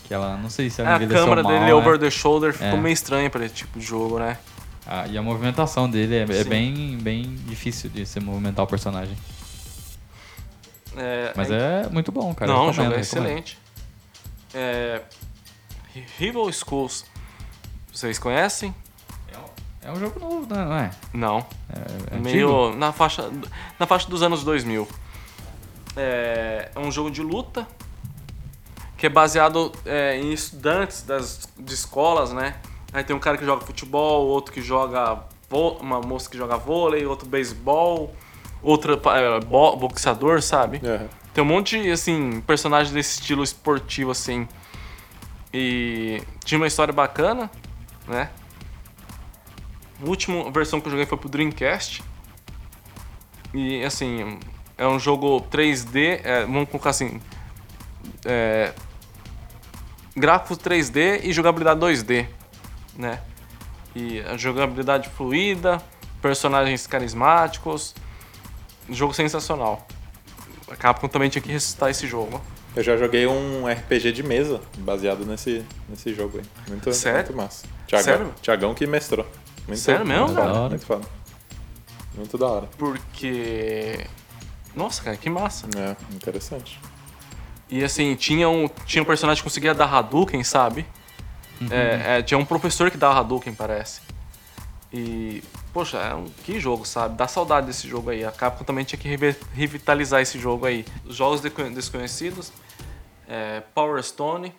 [SPEAKER 1] Que ela, não sei se
[SPEAKER 3] É,
[SPEAKER 1] ela
[SPEAKER 3] A
[SPEAKER 1] envelheceu
[SPEAKER 3] câmera
[SPEAKER 1] mal,
[SPEAKER 3] dele
[SPEAKER 1] né?
[SPEAKER 3] over the shoulder ficou
[SPEAKER 1] É.
[SPEAKER 3] meio estranha pra esse tipo de jogo, né?
[SPEAKER 1] Ah, e a movimentação dele é, é
[SPEAKER 3] Sim.
[SPEAKER 1] bem, bem difícil de se movimentar o personagem.
[SPEAKER 3] É,
[SPEAKER 1] Mas é muito bom, cara.
[SPEAKER 3] Não,
[SPEAKER 1] eu
[SPEAKER 3] o jogo é
[SPEAKER 1] recomendo, recomendo.
[SPEAKER 3] excelente. É, Rival Schools. Vocês conhecem?
[SPEAKER 1] É um jogo novo, né? Não é?
[SPEAKER 3] Não.
[SPEAKER 1] É, é antigo?
[SPEAKER 3] Meio na faixa, na faixa dos anos 2000. É, é um jogo de luta que é baseado é, em estudantes das, de escolas, né? Aí tem um cara que joga futebol, outro que joga vô- uma moça que joga vôlei, outro beisebol, outro é, bo- boxeador, sabe?
[SPEAKER 2] É.
[SPEAKER 3] Tem um monte de, assim, personagem desse estilo esportivo, assim. E tinha uma história bacana, né? A última versão que eu joguei foi pro Dreamcast. E, assim, é um jogo 3D, é, vamos colocar assim... É, gráfico 3D e jogabilidade 2D, né? E a jogabilidade fluida, personagens carismáticos, jogo sensacional. A Capcom também tinha que ressuscitar esse jogo.
[SPEAKER 2] Eu já joguei um RPG de mesa baseado nesse, nesse jogo aí. Muito,
[SPEAKER 3] Sério?
[SPEAKER 2] muito massa. Tiagão,
[SPEAKER 3] Sério?
[SPEAKER 2] Tiagão que mestrou. Muito,
[SPEAKER 3] Sério mesmo,
[SPEAKER 2] Muito
[SPEAKER 1] cara?
[SPEAKER 2] foda, muito foda. Muito da hora.
[SPEAKER 3] Porque. Nossa, cara, que massa.
[SPEAKER 2] É, interessante.
[SPEAKER 3] E assim, tinha um, tinha um personagem que conseguia dar Hadouken, sabe? É, é, tinha um professor que dava Hadouken, parece. E. Poxa, é um, que jogo, sabe? Dá saudade desse jogo aí. A Capcom também tinha que reve- revitalizar esse jogo aí. Os jogos deco- desconhecidos: é, Power Stone,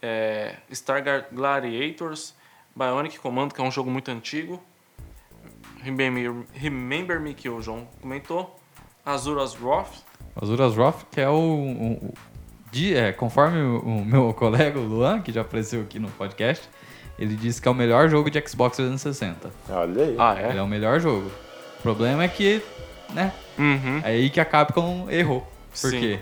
[SPEAKER 3] é, Star Gladiators, Bionic Commando, que é um jogo muito antigo. Remember, Remember Me, que o João comentou. Azura's Wrath,
[SPEAKER 1] Azura's Wrath, que é o. o- o- de- é, conforme o, o meu colega, o Luan, que já apareceu aqui no podcast, ele disse que é o melhor jogo de Xbox 360.
[SPEAKER 2] Olha aí.
[SPEAKER 3] Ah,
[SPEAKER 1] Ele
[SPEAKER 3] é?
[SPEAKER 1] é o melhor jogo. O problema é que, né?
[SPEAKER 3] Uhum.
[SPEAKER 1] É aí que a Capcom errou. Por
[SPEAKER 3] Sim.
[SPEAKER 1] quê?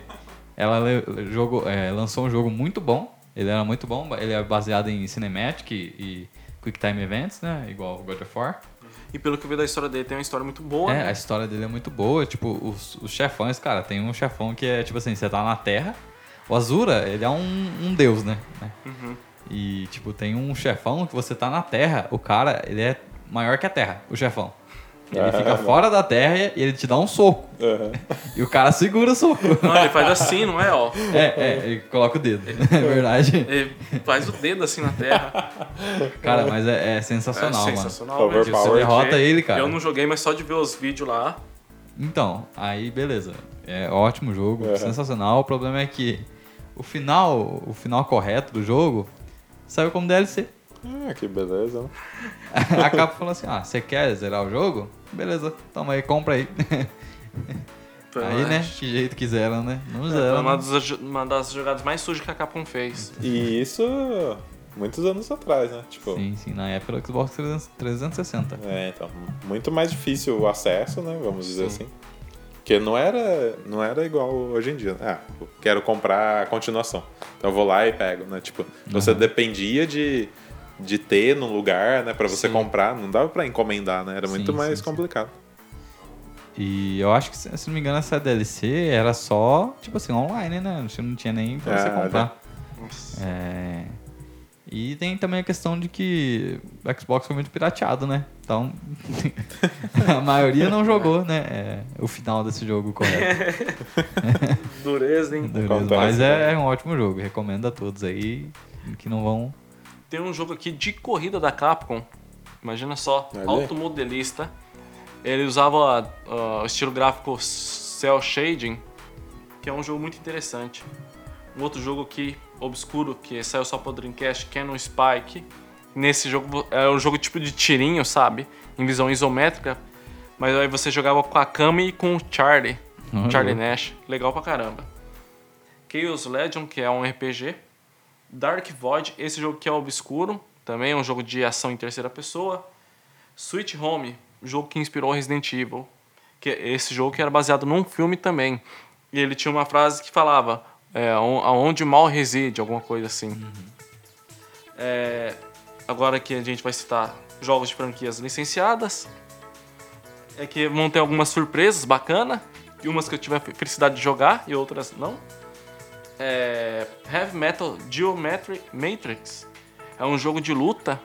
[SPEAKER 1] Ela le- jogou- é, lançou um jogo muito bom. Ele era muito bom. Ele é baseado em Cinematic e, e Quick Time Events, né? Igual o God of War.
[SPEAKER 3] E pelo que eu vi da história dele, tem uma história muito boa,
[SPEAKER 1] É, a
[SPEAKER 3] né?
[SPEAKER 1] história dele é muito boa. Tipo, os, os chefões, cara, tem um chefão que é tipo assim, você tá na Terra. O Azura, ele é um, um deus, né? Né?
[SPEAKER 3] Uhum.
[SPEAKER 1] E, tipo, tem um chefão que você tá na Terra. O cara, ele é maior que a Terra, o chefão. Ele fica fora da terra e ele te dá um soco.
[SPEAKER 2] Aham.
[SPEAKER 1] E o cara segura o soco.
[SPEAKER 3] Não, ele faz assim, não é? Ó,
[SPEAKER 1] É, é, ele coloca o dedo. É verdade.
[SPEAKER 3] ele faz o dedo assim na terra.
[SPEAKER 1] Cara, mas é, é sensacional,
[SPEAKER 3] é
[SPEAKER 1] mano.
[SPEAKER 3] sensacional,
[SPEAKER 2] Power
[SPEAKER 3] velho.
[SPEAKER 1] Você
[SPEAKER 2] Power
[SPEAKER 1] derrota ele, cara.
[SPEAKER 3] Eu não joguei, mas só de ver os vídeos lá.
[SPEAKER 1] Então, aí beleza. É ótimo jogo,
[SPEAKER 2] Uhum.
[SPEAKER 1] sensacional. O problema é que o final, o final correto do jogo saiu como DLC.
[SPEAKER 2] Ah, que beleza, né?
[SPEAKER 1] A capa falou assim: "Ah, você quer zerar o jogo? Beleza. Toma aí, compra aí".
[SPEAKER 3] Foi
[SPEAKER 1] aí,
[SPEAKER 3] uma-
[SPEAKER 1] né? Que jeito que zeram, né? Não
[SPEAKER 3] Foi
[SPEAKER 1] zeram.
[SPEAKER 3] uma
[SPEAKER 1] né?
[SPEAKER 3] das, uma das jogadas mais sujas que a Capcom fez.
[SPEAKER 2] E isso muitos anos atrás, né? Tipo,
[SPEAKER 1] Sim, sim, na época do Xbox 300 360.
[SPEAKER 2] É, então, muito mais difícil o acesso, né? Vamos dizer assim. Porque não era, não era igual hoje em dia. Ah, eu quero comprar a continuação. Então eu vou lá e pego, né? Tipo, você dependia de, de ter num lugar, né? Pra você
[SPEAKER 1] Sim.
[SPEAKER 2] comprar. Não dava pra encomendar, né? Era
[SPEAKER 1] Sim,
[SPEAKER 2] muito
[SPEAKER 1] sim,
[SPEAKER 2] mais
[SPEAKER 1] sim.
[SPEAKER 2] complicado.
[SPEAKER 1] E eu acho que, se se não me engano, essa DLC era só, tipo assim, online, né? Você não tinha nem pra você
[SPEAKER 2] Ah,
[SPEAKER 1] comprar.
[SPEAKER 3] Nossa.
[SPEAKER 1] É... E tem também a questão de que o Xbox foi muito pirateado, né? Então, a maioria não jogou, né? É, o final desse jogo correto.
[SPEAKER 3] É. Dureza, hein?
[SPEAKER 1] Beleza,
[SPEAKER 2] Acontece,
[SPEAKER 1] Mas
[SPEAKER 2] né?
[SPEAKER 1] é, um ótimo jogo, recomendo a todos aí que não vão.
[SPEAKER 3] Tem um jogo aqui de corrida da Capcom. Imagina só,
[SPEAKER 2] Olha aí.
[SPEAKER 3] automodelista. Ele usava ah, o estilo gráfico Cell Shading, que é um jogo muito interessante. Um outro jogo aqui, obscuro, que saiu só pro Dreamcast, Canon Spike. Nesse jogo vo- é um jogo tipo de tirinho, sabe? Em visão isométrica. Mas aí você jogava com a Kami e com o Charlie.
[SPEAKER 1] Olha.
[SPEAKER 3] Charlie Nash. Legal pra caramba. Chaos Legion, que é um RPG. Dark Void, esse jogo que é obscuro, também é um jogo de ação em terceira pessoa. Sweet Home, um jogo que inspirou Resident Evil, que é esse jogo que era baseado num filme também. E ele tinha uma frase que falava é, "On- aonde o mal reside, alguma coisa assim. É, agora que a gente vai citar jogos de franquias licenciadas, é que vão ter algumas surpresas bacanas, e umas que eu tive a felicidade de jogar e outras não é, Heavy Metal Geometry Matrix. É um jogo de luta,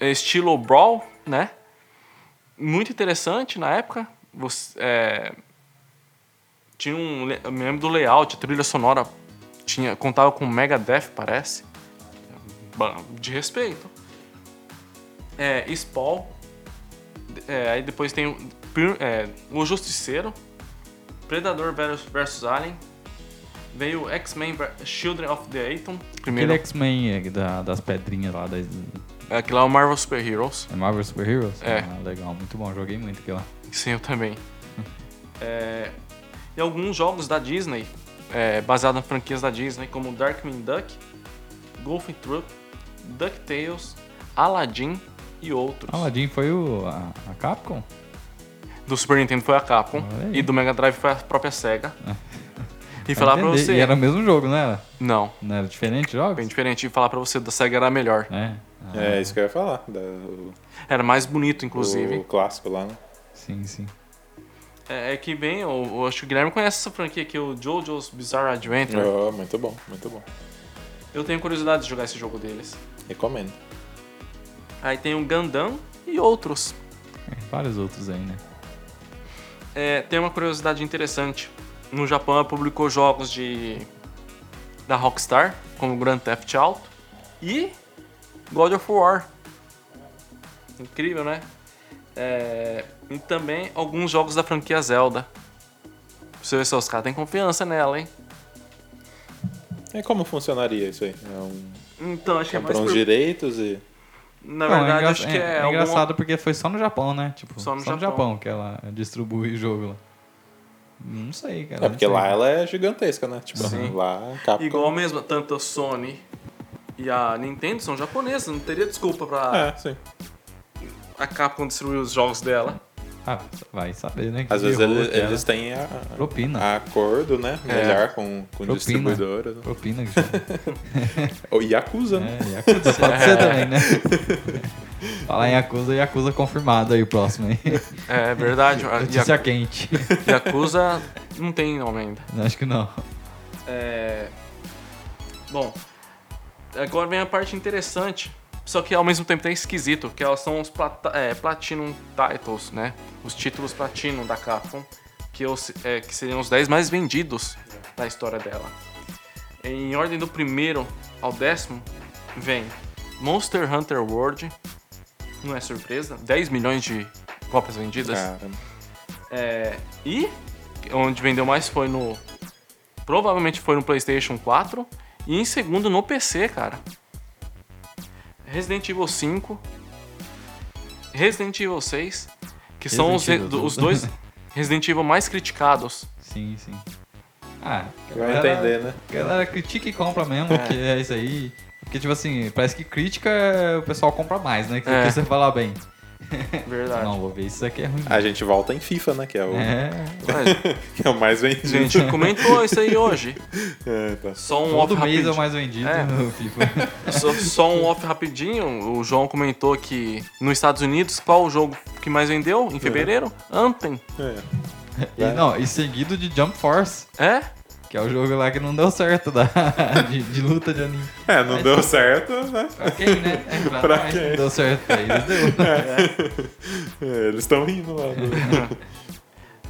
[SPEAKER 3] é estilo Brawl, né? Muito interessante na época. Você, é, tinha um. le- Eu me lembro do layout, a trilha sonora tinha, contava com Megadeth, parece. Ba- De respeito. É, Spawn. É, aí depois tem o, Pir- é, o Justiceiro. Predador versus- versus Alien. Veio X-Men ver- Children of the Atom. Primeiro.
[SPEAKER 1] Aquele X-Men é, da- das pedrinhas lá, das
[SPEAKER 3] Aquilo lá é o Marvel Super Heroes.
[SPEAKER 1] é Marvel Super Heroes.
[SPEAKER 3] É.
[SPEAKER 1] Ah, legal, muito bom, joguei muito aquilo lá.
[SPEAKER 3] Sim, eu também. É, e alguns jogos da Disney, é, baseados em franquias da Disney, como Darkwing Duck, Golf Troop, DuckTales, Aladdin e outros.
[SPEAKER 1] Aladdin foi o, a, a Capcom?
[SPEAKER 3] Do Super Nintendo foi a Capcom
[SPEAKER 1] Olha aí.
[SPEAKER 3] e do Mega Drive foi a própria SEGA.
[SPEAKER 1] Pra
[SPEAKER 3] e falar pra
[SPEAKER 1] entender.
[SPEAKER 3] você...
[SPEAKER 1] E era o mesmo jogo, não era?
[SPEAKER 3] Não, é
[SPEAKER 1] Não era diferente jogos?
[SPEAKER 3] bem diferente. E falar pra você, da SEGA era melhor.
[SPEAKER 1] É. Ah,
[SPEAKER 2] É isso que eu ia falar. da- o,
[SPEAKER 3] Era mais bonito,
[SPEAKER 2] o
[SPEAKER 3] inclusive.
[SPEAKER 2] clássico lá, né?
[SPEAKER 1] Sim, sim.
[SPEAKER 3] É, é que bem, eu, eu acho que o Guilherme conhece essa franquia aqui, o JoJo's Bizarre
[SPEAKER 1] É.
[SPEAKER 3] Adventure.
[SPEAKER 2] Oh, muito bom, muito bom.
[SPEAKER 3] Eu tenho curiosidade de jogar esse jogo deles.
[SPEAKER 2] Recomendo.
[SPEAKER 3] Aí tem o Gundam e outros.
[SPEAKER 1] Vários outros aí, né?
[SPEAKER 3] É, tem uma curiosidade interessante. No Japão, ela publicou jogos de da Rockstar, como Grand Theft Auto e God of War. Incrível, né? É, e também alguns jogos da franquia Zelda. Você vê se os caras têm confiança nela, hein?
[SPEAKER 2] E como funcionaria isso aí? É um,
[SPEAKER 3] Então, acho que é mais...
[SPEAKER 2] comprar uns
[SPEAKER 3] por-
[SPEAKER 2] direitos e.
[SPEAKER 3] Na
[SPEAKER 1] Não,
[SPEAKER 3] verdade,
[SPEAKER 1] engra-
[SPEAKER 3] acho que é, algum-
[SPEAKER 1] engraçado porque foi só no Japão, né? Tipo,
[SPEAKER 3] Só
[SPEAKER 1] só
[SPEAKER 3] no
[SPEAKER 1] no,
[SPEAKER 3] Japão.
[SPEAKER 1] Japão. que ela distribui o jogo lá. Não sei, cara.
[SPEAKER 2] É
[SPEAKER 1] não
[SPEAKER 2] porque
[SPEAKER 1] sei.
[SPEAKER 2] lá ela é gigantesca, né? Tipo,
[SPEAKER 3] Sim.
[SPEAKER 2] lá a Capcom.
[SPEAKER 3] Igual mesmo, tanto a Sony e a Nintendo são japonesas, não teria desculpa pra
[SPEAKER 2] É, sim.
[SPEAKER 3] a Capcom destruir os jogos dela.
[SPEAKER 1] Ah, vai saber, né? que
[SPEAKER 2] Às vezes
[SPEAKER 1] errou
[SPEAKER 2] eles,
[SPEAKER 1] aquela
[SPEAKER 2] eles têm a,
[SPEAKER 1] Propina.
[SPEAKER 2] a acordo, né?
[SPEAKER 3] É.
[SPEAKER 2] Melhor com, com
[SPEAKER 1] Propina.
[SPEAKER 2] distribuidora. Né?
[SPEAKER 1] Propina que chama.
[SPEAKER 2] Ou Yakuza, né?
[SPEAKER 1] É, Yakuza pode ser também, né? Falar em Yakuza, Yakuza confirmado aí o próximo, hein?
[SPEAKER 3] É verdade, a
[SPEAKER 1] Notícia
[SPEAKER 3] Yaku-
[SPEAKER 1] quente.
[SPEAKER 3] Yakuza não tem nome ainda.
[SPEAKER 1] Acho que não.
[SPEAKER 3] É... Bom, agora vem a parte interessante Só que ao mesmo tempo é esquisito, que elas são os plata- é, Platinum Titles, né? Os títulos Platinum da Capcom, que, eu se- é, que seriam os 10 mais vendidos da história dela. Em ordem do primeiro ao décimo, vem Monster Hunter World, não é surpresa, 10 milhões de cópias vendidas.
[SPEAKER 2] Caramba.
[SPEAKER 3] É, e onde vendeu mais foi no. Provavelmente foi no PlayStation 4. E em segundo no PC, cara. Resident Evil 5. Resident Evil 6. Que são os,
[SPEAKER 1] Resident Evil.
[SPEAKER 3] os dois Resident Evil mais criticados.
[SPEAKER 1] Sim, sim. Ah,
[SPEAKER 2] Vai entender, né?
[SPEAKER 1] Galera, critica e compra mesmo, que é isso aí. Porque, tipo assim, parece que crítica o pessoal compra mais, né? Que
[SPEAKER 3] É.
[SPEAKER 1] que você falar bem.
[SPEAKER 3] Verdade.
[SPEAKER 1] Não, vou ver isso aqui é ruim.
[SPEAKER 2] A gente volta em FIFA, né? Que é o,
[SPEAKER 1] É,
[SPEAKER 3] Mas,
[SPEAKER 2] que é o mais vendido.
[SPEAKER 3] a gente comentou isso aí hoje.
[SPEAKER 2] É, tá.
[SPEAKER 3] Só um off
[SPEAKER 1] todo mês é
[SPEAKER 3] rapidinho.
[SPEAKER 1] o mais vendido tipo.
[SPEAKER 3] É.
[SPEAKER 1] no FIFA.
[SPEAKER 3] Só, só um off rapidinho. O João comentou que nos Estados Unidos, qual o jogo que mais vendeu
[SPEAKER 1] É.
[SPEAKER 3] em fevereiro? Anthem.
[SPEAKER 2] É.
[SPEAKER 1] E, não, e seguido de Jump Force,
[SPEAKER 3] É?
[SPEAKER 1] que é o jogo lá que não deu certo da, de, de luta de anime.
[SPEAKER 2] É, não deu certo, né?
[SPEAKER 1] Pra quem, né? É, pra
[SPEAKER 2] Pra
[SPEAKER 1] nós
[SPEAKER 2] quem?
[SPEAKER 1] Não deu certo pra eles, deu.
[SPEAKER 2] É, eles estão rindo lá. né? do-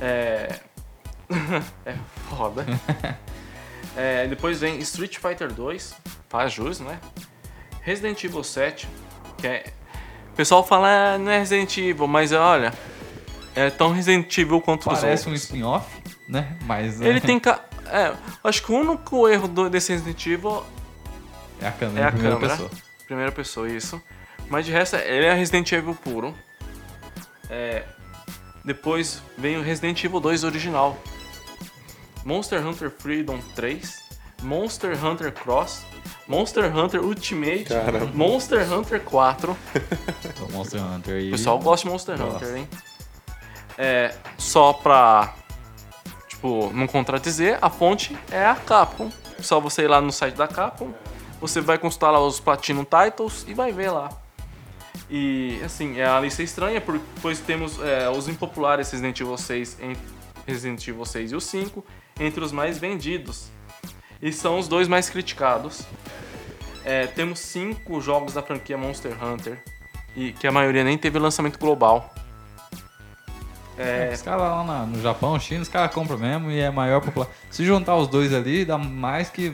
[SPEAKER 3] É. é foda. É, depois vem Street Fighter 2, faz jus, né? Resident Evil 7, que é. O pessoal fala, "Ah, não é Resident Evil, mas olha. É tão Resident Evil quanto os
[SPEAKER 1] Parece um
[SPEAKER 3] outros.
[SPEAKER 1] spin-off, né? Mas né,
[SPEAKER 3] Ele tem. Ca... É, acho que o único erro do, desse Resident Evil
[SPEAKER 1] é a câmera
[SPEAKER 3] é
[SPEAKER 1] em
[SPEAKER 3] a
[SPEAKER 1] primeira
[SPEAKER 3] câmera.
[SPEAKER 1] pessoa.
[SPEAKER 3] Primeira pessoa, isso. Mas de resto, ele é Resident Evil puro. É, depois vem o Resident Evil 2 original. Monster Hunter Freedom 3. Monster Hunter Cross. Monster Hunter Ultimate.
[SPEAKER 2] Caramba.
[SPEAKER 3] Monster Hunter 4.
[SPEAKER 1] O Então, Monster Hunter aí.
[SPEAKER 3] O pessoal gosta de Monster
[SPEAKER 1] Gosta.
[SPEAKER 3] Hunter, hein? É, só pra, tipo, não contradizer, a fonte é a Capcom. Só você ir lá no site da Capcom, você vai consultar lá os Platinum Titles e vai ver lá. E, assim, é a lista estranha, por- pois temos é, os impopulares Resident Evil 6, en- Resident Evil 6 e o 5, entre os mais vendidos. E são os dois mais criticados. É, temos cinco jogos da franquia Monster Hunter e que a maioria nem teve lançamento global. É,
[SPEAKER 1] Os caras lá na- no Japão, China, os caras compram mesmo e é maior popular. Se juntar os dois ali, dá mais que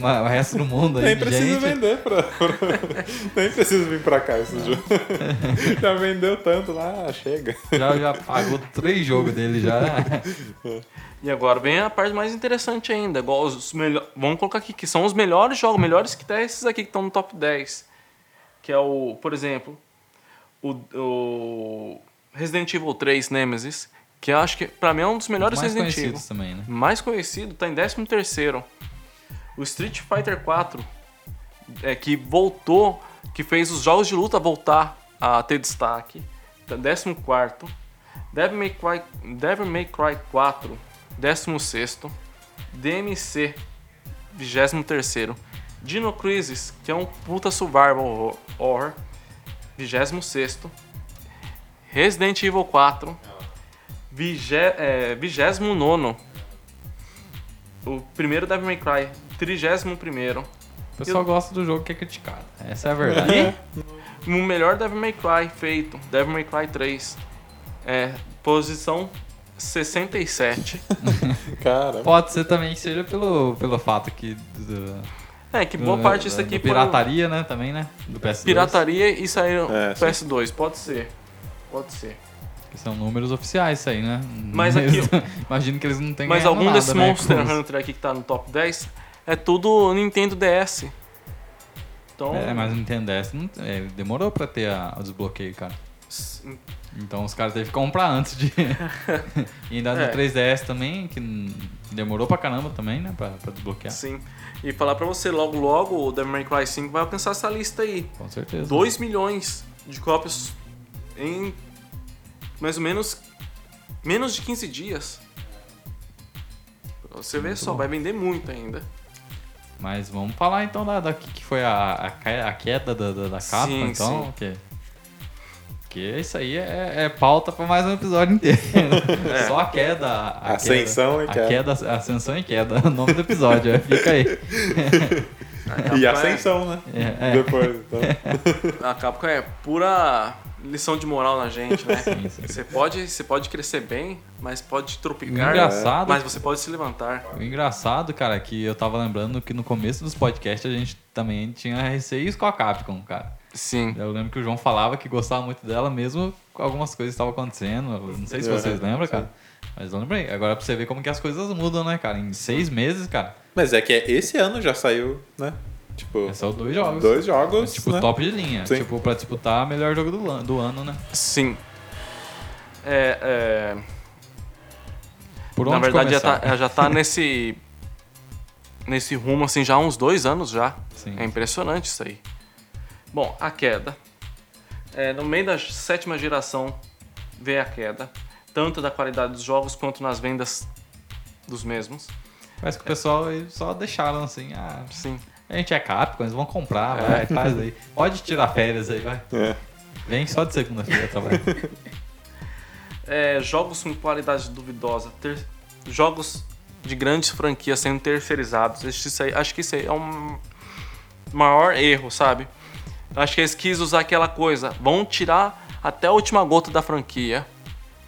[SPEAKER 1] ma- o resto do mundo aí.
[SPEAKER 2] Nem
[SPEAKER 1] de
[SPEAKER 2] precisa
[SPEAKER 1] gente.
[SPEAKER 2] vender pra. pra- Nem precisa vir pra cá esse jogo. Já vendeu tanto lá, ah, chega.
[SPEAKER 1] Já, já pagou três jogos dele já.
[SPEAKER 3] e agora vem a parte mais interessante ainda. Igual os melho- Vamos colocar aqui que são os melhores jogos, melhores que até esses aqui que estão no top 10. Que é o, por exemplo, o, o Resident Evil 3 Nemesis, que eu acho que pra mim é um dos melhores
[SPEAKER 1] mais
[SPEAKER 3] Resident Evil.
[SPEAKER 1] conhecidos também, né?
[SPEAKER 3] mais conhecido tá em 13º. O Street Fighter 4 é que voltou, que fez os jogos de luta voltar a ter destaque, tá 14º. Devil May Cry, Devil May Cry 4, 16º. DMC 23º. Dino Crisis, que é um puta survival horror, horror 26º. Resident Evil 4, 20, é, 29 o primeiro Devil May Cry, 31
[SPEAKER 1] O pessoal gosta do jogo que é criticado. Essa é a verdade.
[SPEAKER 3] o melhor Devil May Cry feito, Devil May Cry 3, é, posição 67.
[SPEAKER 2] Caramba.
[SPEAKER 1] Pode ser também que seja pelo, pelo fato que. do-
[SPEAKER 3] É, que
[SPEAKER 1] do-
[SPEAKER 3] boa parte disso
[SPEAKER 1] da-
[SPEAKER 3] aqui
[SPEAKER 1] da
[SPEAKER 3] foi
[SPEAKER 1] Hum, Pirataria, né? Também, né? Do PS2.
[SPEAKER 3] pirataria e saiu
[SPEAKER 2] É, sim.
[SPEAKER 3] PS2, pode ser. Pode ser.
[SPEAKER 1] Que são números oficiais isso aí, né?
[SPEAKER 3] Mas aqui-
[SPEAKER 1] Eles- Imagino que eles não tenham
[SPEAKER 3] Mas
[SPEAKER 1] ganhado
[SPEAKER 3] algum
[SPEAKER 1] nada,
[SPEAKER 3] desse
[SPEAKER 1] né, com
[SPEAKER 3] Monster
[SPEAKER 1] isso.
[SPEAKER 3] Hunter aqui que tá no top 10 é tudo Nintendo DS. Então,
[SPEAKER 1] É, mas o Nintendo DS não, é, demorou pra ter a- o desbloqueio, cara.
[SPEAKER 3] s-
[SPEAKER 1] Então os caras teve que comprar antes de. e ainda
[SPEAKER 3] É.
[SPEAKER 1] no 3DS também, que n- demorou pra caramba também, né? Pra, pra desbloquear.
[SPEAKER 3] sim. E falar pra você, logo logo o Devil May Cry 5 vai alcançar essa lista aí.
[SPEAKER 1] Com certeza.
[SPEAKER 3] 2 milhões de cópias em mais ou menos menos de 15 dias. Pra você ver só, vai vender muito ainda.
[SPEAKER 1] Mas vamos falar então da, da que que foi a, a, ca- a queda da, da, da capa,
[SPEAKER 3] Sim,
[SPEAKER 1] então.
[SPEAKER 3] sim.
[SPEAKER 1] Que, que isso aí é, é pauta pra mais um episódio inteiro. É. Só a queda. A
[SPEAKER 2] Ascensão
[SPEAKER 1] queda,
[SPEAKER 2] e queda.
[SPEAKER 1] A queda. Ascensão e queda. O nome do episódio, é, fica aí.
[SPEAKER 3] Capcom
[SPEAKER 2] E
[SPEAKER 3] é-
[SPEAKER 2] ascensão, né?
[SPEAKER 1] É, é.
[SPEAKER 2] Depois. Então,
[SPEAKER 3] A Capcom é pura lição de moral na gente, né?
[SPEAKER 1] Sim, sim.
[SPEAKER 3] Você pode, você pode crescer bem, mas pode tropicar.
[SPEAKER 1] Engraçado.
[SPEAKER 3] Mas você pode se levantar.
[SPEAKER 1] O engraçado, cara, é que eu tava lembrando que no começo dos podcasts a gente também tinha receios com a Capcom, cara.
[SPEAKER 3] Sim.
[SPEAKER 1] Eu lembro que o João falava que gostava muito dela, mesmo com algumas coisas que estavam acontecendo. Eu Não sei se vocês
[SPEAKER 2] Uhum,
[SPEAKER 1] lembram, cara. Mas eu lembrei. Agora pra você ver como que as coisas mudam, né, cara? Em seis meses, cara,
[SPEAKER 2] Mas é que esse ano já saiu, né? Tipo,
[SPEAKER 1] são dois jogos.
[SPEAKER 2] dois jogos.
[SPEAKER 1] Tipo,
[SPEAKER 2] né?
[SPEAKER 1] top de linha.
[SPEAKER 2] Sim.
[SPEAKER 1] Tipo, pra disputar melhor jogo do, lan- do ano, né?
[SPEAKER 3] Sim. É, é,
[SPEAKER 1] Por onde
[SPEAKER 3] na verdade, já
[SPEAKER 1] começar?
[SPEAKER 3] tá, já tá nesse. nesse rumo, assim, já há uns dois anos já.
[SPEAKER 1] Sim.
[SPEAKER 3] É impressionante isso aí. Bom, a queda. É, no meio da sétima geração veio a queda, tanto da qualidade dos jogos quanto nas vendas dos mesmos.
[SPEAKER 1] Parece que o pessoal aí só deixaram assim, ah,
[SPEAKER 3] Sim.
[SPEAKER 1] a gente é Capcom, eles vão comprar,
[SPEAKER 3] É.
[SPEAKER 1] vai, faz aí. Pode tirar férias aí, vai.
[SPEAKER 2] É.
[SPEAKER 1] Vem só de segunda-feira tá trabalhar.
[SPEAKER 3] É, jogos com qualidade duvidosa, ter- jogos de grandes franquias sendo terceirizados. Acho, isso aí- acho que isso aí é um maior erro, sabe? Acho que eles quis usar aquela coisa. Vão tirar até a última gota da franquia.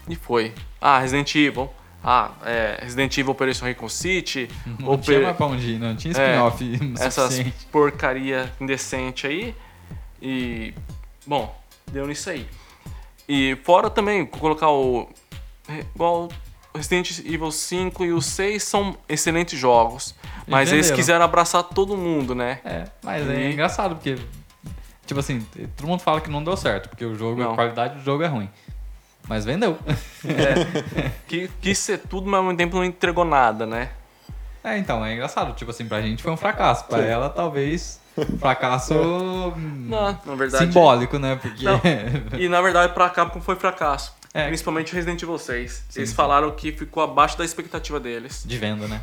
[SPEAKER 3] E foi. Ah, Resident Evil. Ah, é, Resident Evil Operation Recon City.
[SPEAKER 1] Não
[SPEAKER 3] Oper-
[SPEAKER 1] tinha mais pra onde ir, não tinha spin-off
[SPEAKER 3] É, essas
[SPEAKER 1] suficiente.
[SPEAKER 3] porcaria indecente aí. E bom, deu nisso aí. E fora também colocar o igual o Resident Evil 5 e o 6 são excelentes jogos, mas eles
[SPEAKER 1] Entenderam.
[SPEAKER 3] quiseram abraçar todo mundo, né?
[SPEAKER 1] É, mas é
[SPEAKER 3] E-
[SPEAKER 1] engraçado, porque. Tipo assim, todo mundo fala que não deu certo, porque o jogo,
[SPEAKER 3] Não.
[SPEAKER 1] a qualidade do jogo é ruim. Mas vendeu.
[SPEAKER 3] Que quis ser tudo, mas ao mesmo tempo não entregou nada, né?
[SPEAKER 1] É, então, é engraçado. Tipo assim, pra gente foi um fracasso. Pra ela, talvez, um fracasso hum,
[SPEAKER 3] Não, na verdade.
[SPEAKER 1] simbólico, né? Porque.
[SPEAKER 3] Não. E na verdade pra Capcom foi fracasso.
[SPEAKER 1] É.
[SPEAKER 3] Principalmente Resident Evil 6. eles
[SPEAKER 1] sim.
[SPEAKER 3] falaram que ficou abaixo da expectativa deles.
[SPEAKER 1] de venda, né?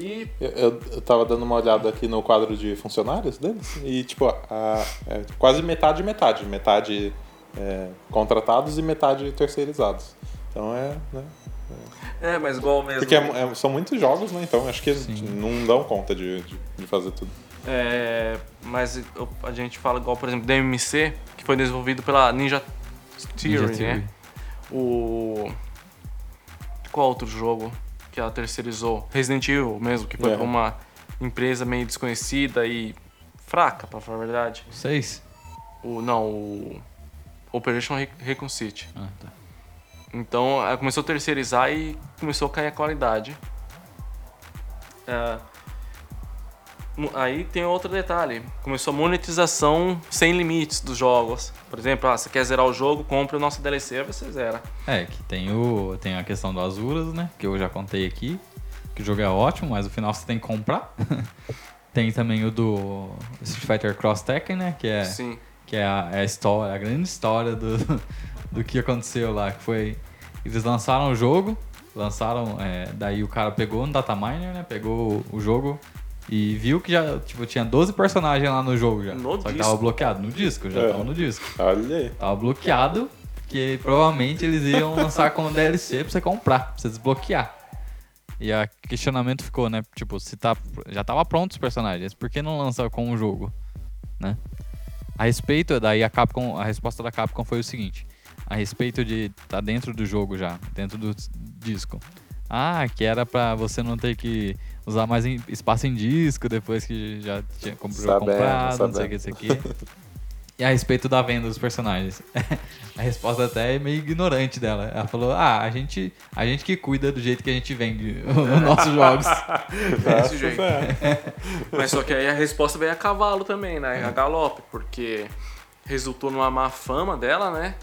[SPEAKER 3] E
[SPEAKER 2] Eu, eu- eu tava dando uma olhada aqui no quadro de funcionários deles e, tipo, a- é quase metade, metade. Metade é, contratados e metade terceirizados. Então é. Né?
[SPEAKER 3] é, mas igual mesmo.
[SPEAKER 2] Porque é- é- são muitos jogos, né? Então acho que não dão conta de, de, de fazer tudo.
[SPEAKER 3] É, mas eu- a gente fala igual, por exemplo, DMC, que foi desenvolvido pela Ninja Theory,
[SPEAKER 1] Ninja Theory.
[SPEAKER 3] né? O. Qual outro jogo que ela terceirizou? Resident Evil mesmo, que foi
[SPEAKER 2] É.
[SPEAKER 3] uma empresa meio desconhecida e fraca, pra falar a verdade.
[SPEAKER 1] Seis?
[SPEAKER 3] O, não, o. Operation Re- Recon City.
[SPEAKER 1] Ah, tá.
[SPEAKER 3] Então, ela começou a terceirizar e começou a cair a qualidade. É, mo- Aí tem outro detalhe. Começou a monetização sem limites dos jogos. Por exemplo, ah, você quer zerar o jogo, compra o nosso DLC, aí você zera.
[SPEAKER 1] É, que tem, o, tem a questão do Azuras, né? Que eu já contei aqui. Que o jogo é ótimo, mas no final você tem que comprar. tem também o do Street Fighter Cross Tekken, né? Que é,
[SPEAKER 3] Sim.
[SPEAKER 1] que é, a, é a história, a grande história do, do que aconteceu lá. Que foi. Eles lançaram o jogo, lançaram. é, daí o cara pegou no dataminer, né? Pegou o jogo e viu que já tipo, tinha 12 personagens lá no jogo já.
[SPEAKER 3] No
[SPEAKER 1] só que
[SPEAKER 3] disco.
[SPEAKER 1] tava bloqueado no disco, já
[SPEAKER 2] É.
[SPEAKER 1] tava no disco.
[SPEAKER 2] Olha aí.
[SPEAKER 3] É
[SPEAKER 1] Tava bloqueado, porque provavelmente eles iam lançar como DLC pra você comprar, pra você desbloquear. E o questionamento ficou, né? Tipo, se tá, já tava pronto os personagens, por que não lança como jogo? Né? A respeito, daí a Capcom, a resposta da Capcom foi o seguinte: a respeito de tá dentro do jogo já, dentro do s- disco. Ah, que era pra você não ter que usar mais em- espaço em disco depois que já tinha comp-
[SPEAKER 2] Sabendo,
[SPEAKER 1] comprado, não sei o que,
[SPEAKER 2] sabendo.
[SPEAKER 1] não sei o que. E a respeito da venda dos personagens. a resposta até é meio ignorante dela. Ela falou: Ah, a gente, a gente que cuida do jeito que a gente vende os nossos jogos.
[SPEAKER 3] Desse jeito.
[SPEAKER 2] é.
[SPEAKER 3] Mas só que aí a resposta veio a cavalo também,
[SPEAKER 1] É.
[SPEAKER 3] né? A galope, porque resultou numa má fama dela, né?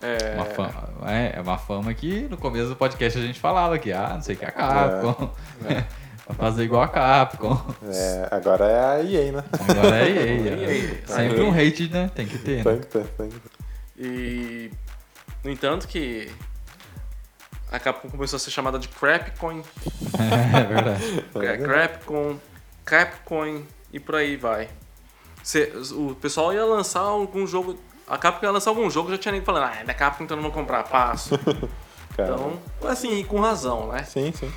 [SPEAKER 3] É,
[SPEAKER 1] Uma fama, é, é uma fama que no começo do podcast a gente falava que, ah, não sei o que é a Capcom. Pra fazer igual a Capcom.
[SPEAKER 2] É, agora é a EA, né?
[SPEAKER 1] Agora é EA.
[SPEAKER 3] EA.
[SPEAKER 1] é. Sempre um hate, né? Tem que ter. Né?
[SPEAKER 2] Tem que ter, tem que ter.
[SPEAKER 3] E no entanto que a Capcom começou a ser chamada de Crapcoin,
[SPEAKER 1] É verdade.
[SPEAKER 3] é, Crapcon, Capcoin e por aí vai. Cê- o pessoal ia lançar algum jogo, a Capcom ia lançar algum jogo, já tinha nem falando, ah, é da Capcom então não vou comprar, passo.
[SPEAKER 2] Cara.
[SPEAKER 3] Então, assim, e com razão, né?
[SPEAKER 2] Sim, sim.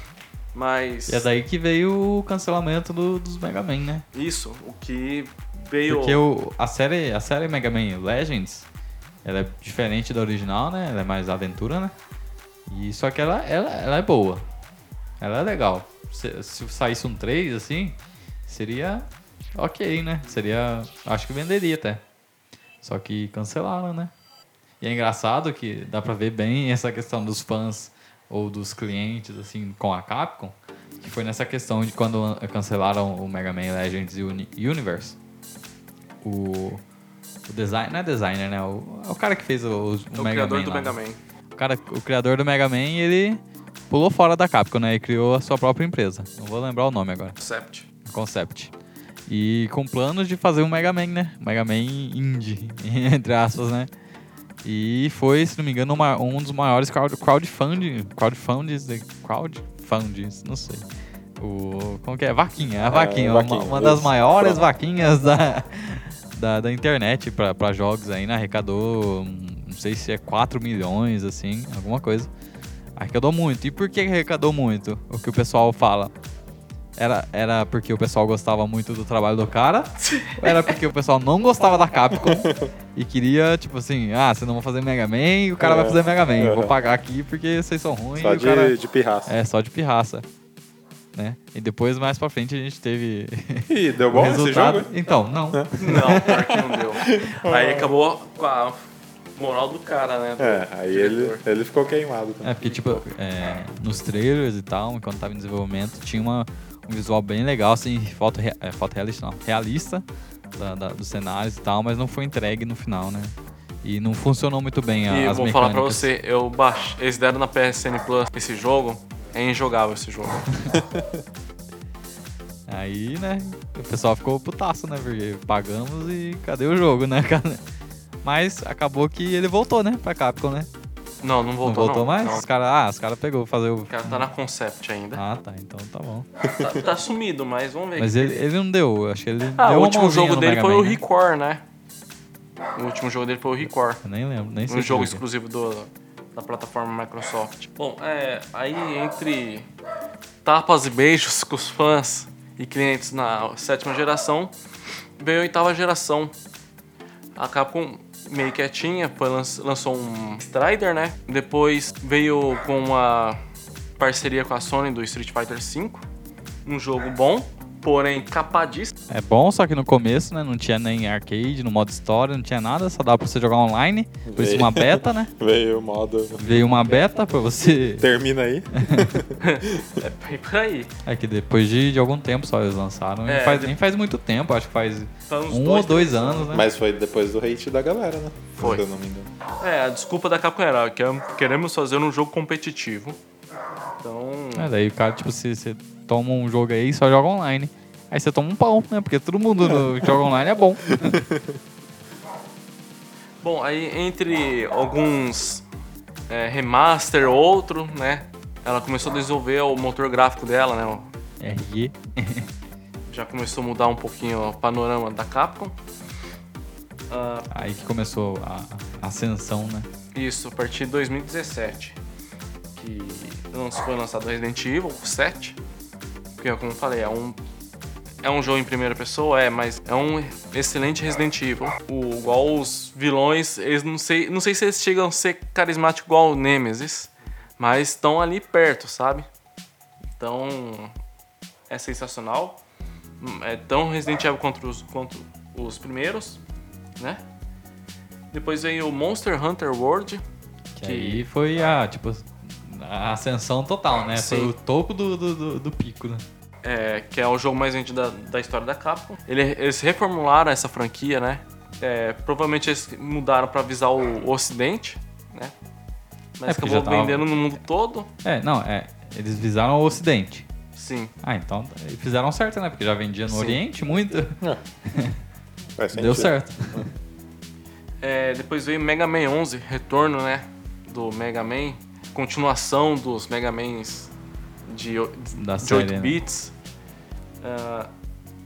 [SPEAKER 3] Mas
[SPEAKER 1] E é daí que veio o cancelamento do- dos Mega Man, né?
[SPEAKER 3] isso, o que veio.
[SPEAKER 1] Porque o, a, série, a série Mega Man Legends, ela é diferente da original, né? Ela é mais aventura, né? E, só que ela, ela, ela é boa. Ela é legal. Se, se saísse um 3, assim, seria ok, né? Seria... Acho que venderia até. Só que cancelaram, né? E é engraçado que dá pra ver bem essa questão dos fãs ou dos clientes, assim, com a Capcom. Que foi nessa questão de quando lan- cancelaram o Mega Man Legends e o Uni- Universe o, o design, não é designer, né? O, é o cara que fez o, os-
[SPEAKER 3] é
[SPEAKER 1] o
[SPEAKER 3] o
[SPEAKER 1] Mega
[SPEAKER 3] criador
[SPEAKER 1] Man
[SPEAKER 3] do
[SPEAKER 1] lá,
[SPEAKER 3] Mega
[SPEAKER 1] né?
[SPEAKER 3] Man.
[SPEAKER 1] O, cara, o criador do Mega Man, ele pulou fora da Capcom, né? E criou a sua própria empresa. Não vou lembrar o nome agora.
[SPEAKER 3] Concept.
[SPEAKER 1] Concept. E com planos de fazer um Mega Man, né? Mega Man indie, entre aspas, né? E foi, se não me engano, uma- um dos maiores crowd, crowdfunding, crowdfundings, de- crowdfundings, não sei. O, como que é? Vaquinha, a vaquinha, uma-
[SPEAKER 2] vaquinha,
[SPEAKER 1] Uma, das
[SPEAKER 2] isso.
[SPEAKER 1] maiores
[SPEAKER 2] Pronto.
[SPEAKER 1] vaquinhas da, da, da internet pra pra jogos aí, né? Arrecadou, hum, não sei se é 4 milhões, assim, alguma coisa. Arrecadou muito. E por que arrecadou muito? O que o pessoal fala. Era, era porque o pessoal gostava muito do trabalho do cara? ou era porque o pessoal não gostava da Capcom e queria, tipo assim, ah, vocês não vão fazer Mega Man, o cara
[SPEAKER 2] É,
[SPEAKER 1] vai fazer Mega Man. Vou
[SPEAKER 2] é.
[SPEAKER 1] pagar aqui porque vocês são ruins.
[SPEAKER 2] Só
[SPEAKER 1] e o
[SPEAKER 2] de,
[SPEAKER 1] cara...
[SPEAKER 2] de pirraça.
[SPEAKER 1] É, só de pirraça. Né? E depois, mais pra frente, a gente teve
[SPEAKER 2] Ih, deu
[SPEAKER 1] o
[SPEAKER 2] bom
[SPEAKER 1] É.
[SPEAKER 2] esse
[SPEAKER 1] resultado.
[SPEAKER 2] jogo? É.
[SPEAKER 1] Então, não.
[SPEAKER 3] Não, pior que não deu. Aí acabou com a moral do cara, né? do
[SPEAKER 2] É, aí ele,
[SPEAKER 3] diretor.
[SPEAKER 2] ele ficou queimado também.
[SPEAKER 1] É, porque, tipo, é, nos trailers e tal, enquanto tava em desenvolvimento, tinha uma, um visual bem legal, assim, foto, rea- é, foto realista, não, realista da- da- dos cenários e tal, mas não foi entregue no final, né? E não funcionou muito bem a,
[SPEAKER 3] E
[SPEAKER 1] as
[SPEAKER 3] vou
[SPEAKER 1] mecânicas.
[SPEAKER 3] falar pra você, eu baixei. Eles deram na PSN Plus esse jogo. É injogável esse jogo.
[SPEAKER 1] Aí, né, o pessoal ficou putaço, né, porque pagamos e cadê o jogo, né, cara? Mas acabou que ele voltou, né, pra Capcom, né?
[SPEAKER 3] Não, não voltou.
[SPEAKER 1] não voltou mais?
[SPEAKER 3] Não.
[SPEAKER 1] Os caras, ah, os caras pegou fazer o...
[SPEAKER 3] O cara tá na Concept ainda.
[SPEAKER 1] Ah, tá, então tá bom.
[SPEAKER 3] Tá, tá sumido, mas vamos ver.
[SPEAKER 1] Mas ele, ele não deu, eu acho que ele
[SPEAKER 3] ah,
[SPEAKER 1] deu
[SPEAKER 3] o
[SPEAKER 1] uma
[SPEAKER 3] último
[SPEAKER 1] mãozinha
[SPEAKER 3] jogo
[SPEAKER 1] no
[SPEAKER 3] dele
[SPEAKER 1] Mega
[SPEAKER 3] foi
[SPEAKER 1] Man,
[SPEAKER 3] o
[SPEAKER 1] né?
[SPEAKER 3] Record, né? O último jogo dele foi o Record.
[SPEAKER 1] Eu nem lembro, nem sei
[SPEAKER 3] um
[SPEAKER 1] que
[SPEAKER 3] jogo
[SPEAKER 1] é.
[SPEAKER 3] exclusivo do- da plataforma Microsoft. Bom, é, aí entre tapas e beijos com os fãs e clientes na sétima geração, veio a oitava geração. A Capcom meio quietinha, foi, lan- lançou um Strider, né? Depois veio com uma parceria com a Sony do Street Fighter V, um jogo bom, porém capadíssimo.
[SPEAKER 1] É bom, só que no começo, né? Não tinha nem arcade, no modo história, não tinha nada, só dava pra você jogar online. Por isso
[SPEAKER 2] Veio.
[SPEAKER 1] uma beta, né?
[SPEAKER 2] Veio o modo.
[SPEAKER 1] Veio uma beta pra você.
[SPEAKER 2] Termina aí.
[SPEAKER 3] É bem por aí.
[SPEAKER 1] É que depois de, de algum tempo só eles lançaram. e
[SPEAKER 3] É,
[SPEAKER 1] faz-
[SPEAKER 3] de-
[SPEAKER 1] Nem faz muito tempo, acho que faz
[SPEAKER 3] Tá uns
[SPEAKER 1] um ou
[SPEAKER 3] dois,
[SPEAKER 1] dois
[SPEAKER 3] três
[SPEAKER 1] anos, né?
[SPEAKER 2] Mas foi depois do hate da galera, né?
[SPEAKER 3] Foi.
[SPEAKER 2] Se eu não me engano.
[SPEAKER 3] É, a desculpa da Capcom era que queremos fazer um jogo competitivo. Então,
[SPEAKER 1] É, daí o cara, tipo, se você toma um jogo aí e só joga online. Aí você toma um pão, né? Porque todo mundo no- que joga online é bom.
[SPEAKER 3] bom, aí entre alguns é, remaster, outro, né? Ela começou a desenvolver o motor gráfico dela, né? o-
[SPEAKER 1] RG.
[SPEAKER 3] Já começou a mudar um pouquinho o panorama da Capcom. Ah,
[SPEAKER 1] Aí que começou a a ascensão, né?
[SPEAKER 3] isso, a partir de 2017. Que lan- foi lançado Resident Evil 7. Porque, como eu falei, é um. É um jogo em primeira pessoa, é, mas é um excelente Resident Evil. O, igual os vilões, eles não sei. Não sei se eles chegam a ser carismáticos igual o Nemesis, mas estão ali perto, sabe? Então. É sensacional. Hum, É tão Resident Evil contra os, quanto os primeiros, né? Depois veio o Monster Hunter World,
[SPEAKER 1] Que,
[SPEAKER 3] Que-
[SPEAKER 1] aí foi a, tipo, a ascensão total, né? Foi
[SPEAKER 3] Sim.
[SPEAKER 1] o topo do, do, do- do pico, né?
[SPEAKER 3] é, que é o jogo mais vendido da, da história da Capcom. Ele- eles reformularam essa franquia, né? É, provavelmente eles mudaram pra avisar o, o Ocidente, né? Mas
[SPEAKER 1] É, porque
[SPEAKER 3] acabou
[SPEAKER 1] já tava-
[SPEAKER 3] vendendo no mundo todo.
[SPEAKER 1] É, não, é. Eles visaram o Ocidente.
[SPEAKER 3] Sim.
[SPEAKER 1] Ah, então e fizeram certo, né? Porque já vendia no
[SPEAKER 3] Sim.
[SPEAKER 1] Oriente muito.
[SPEAKER 2] Faz sentido.
[SPEAKER 1] Deu certo.
[SPEAKER 3] É, depois veio Mega Man 11, retorno, né? Do Mega Man. Continuação dos Mega Mans de, o-
[SPEAKER 1] Da
[SPEAKER 3] de
[SPEAKER 1] série,
[SPEAKER 3] 8
[SPEAKER 1] né?
[SPEAKER 3] bits. Ah,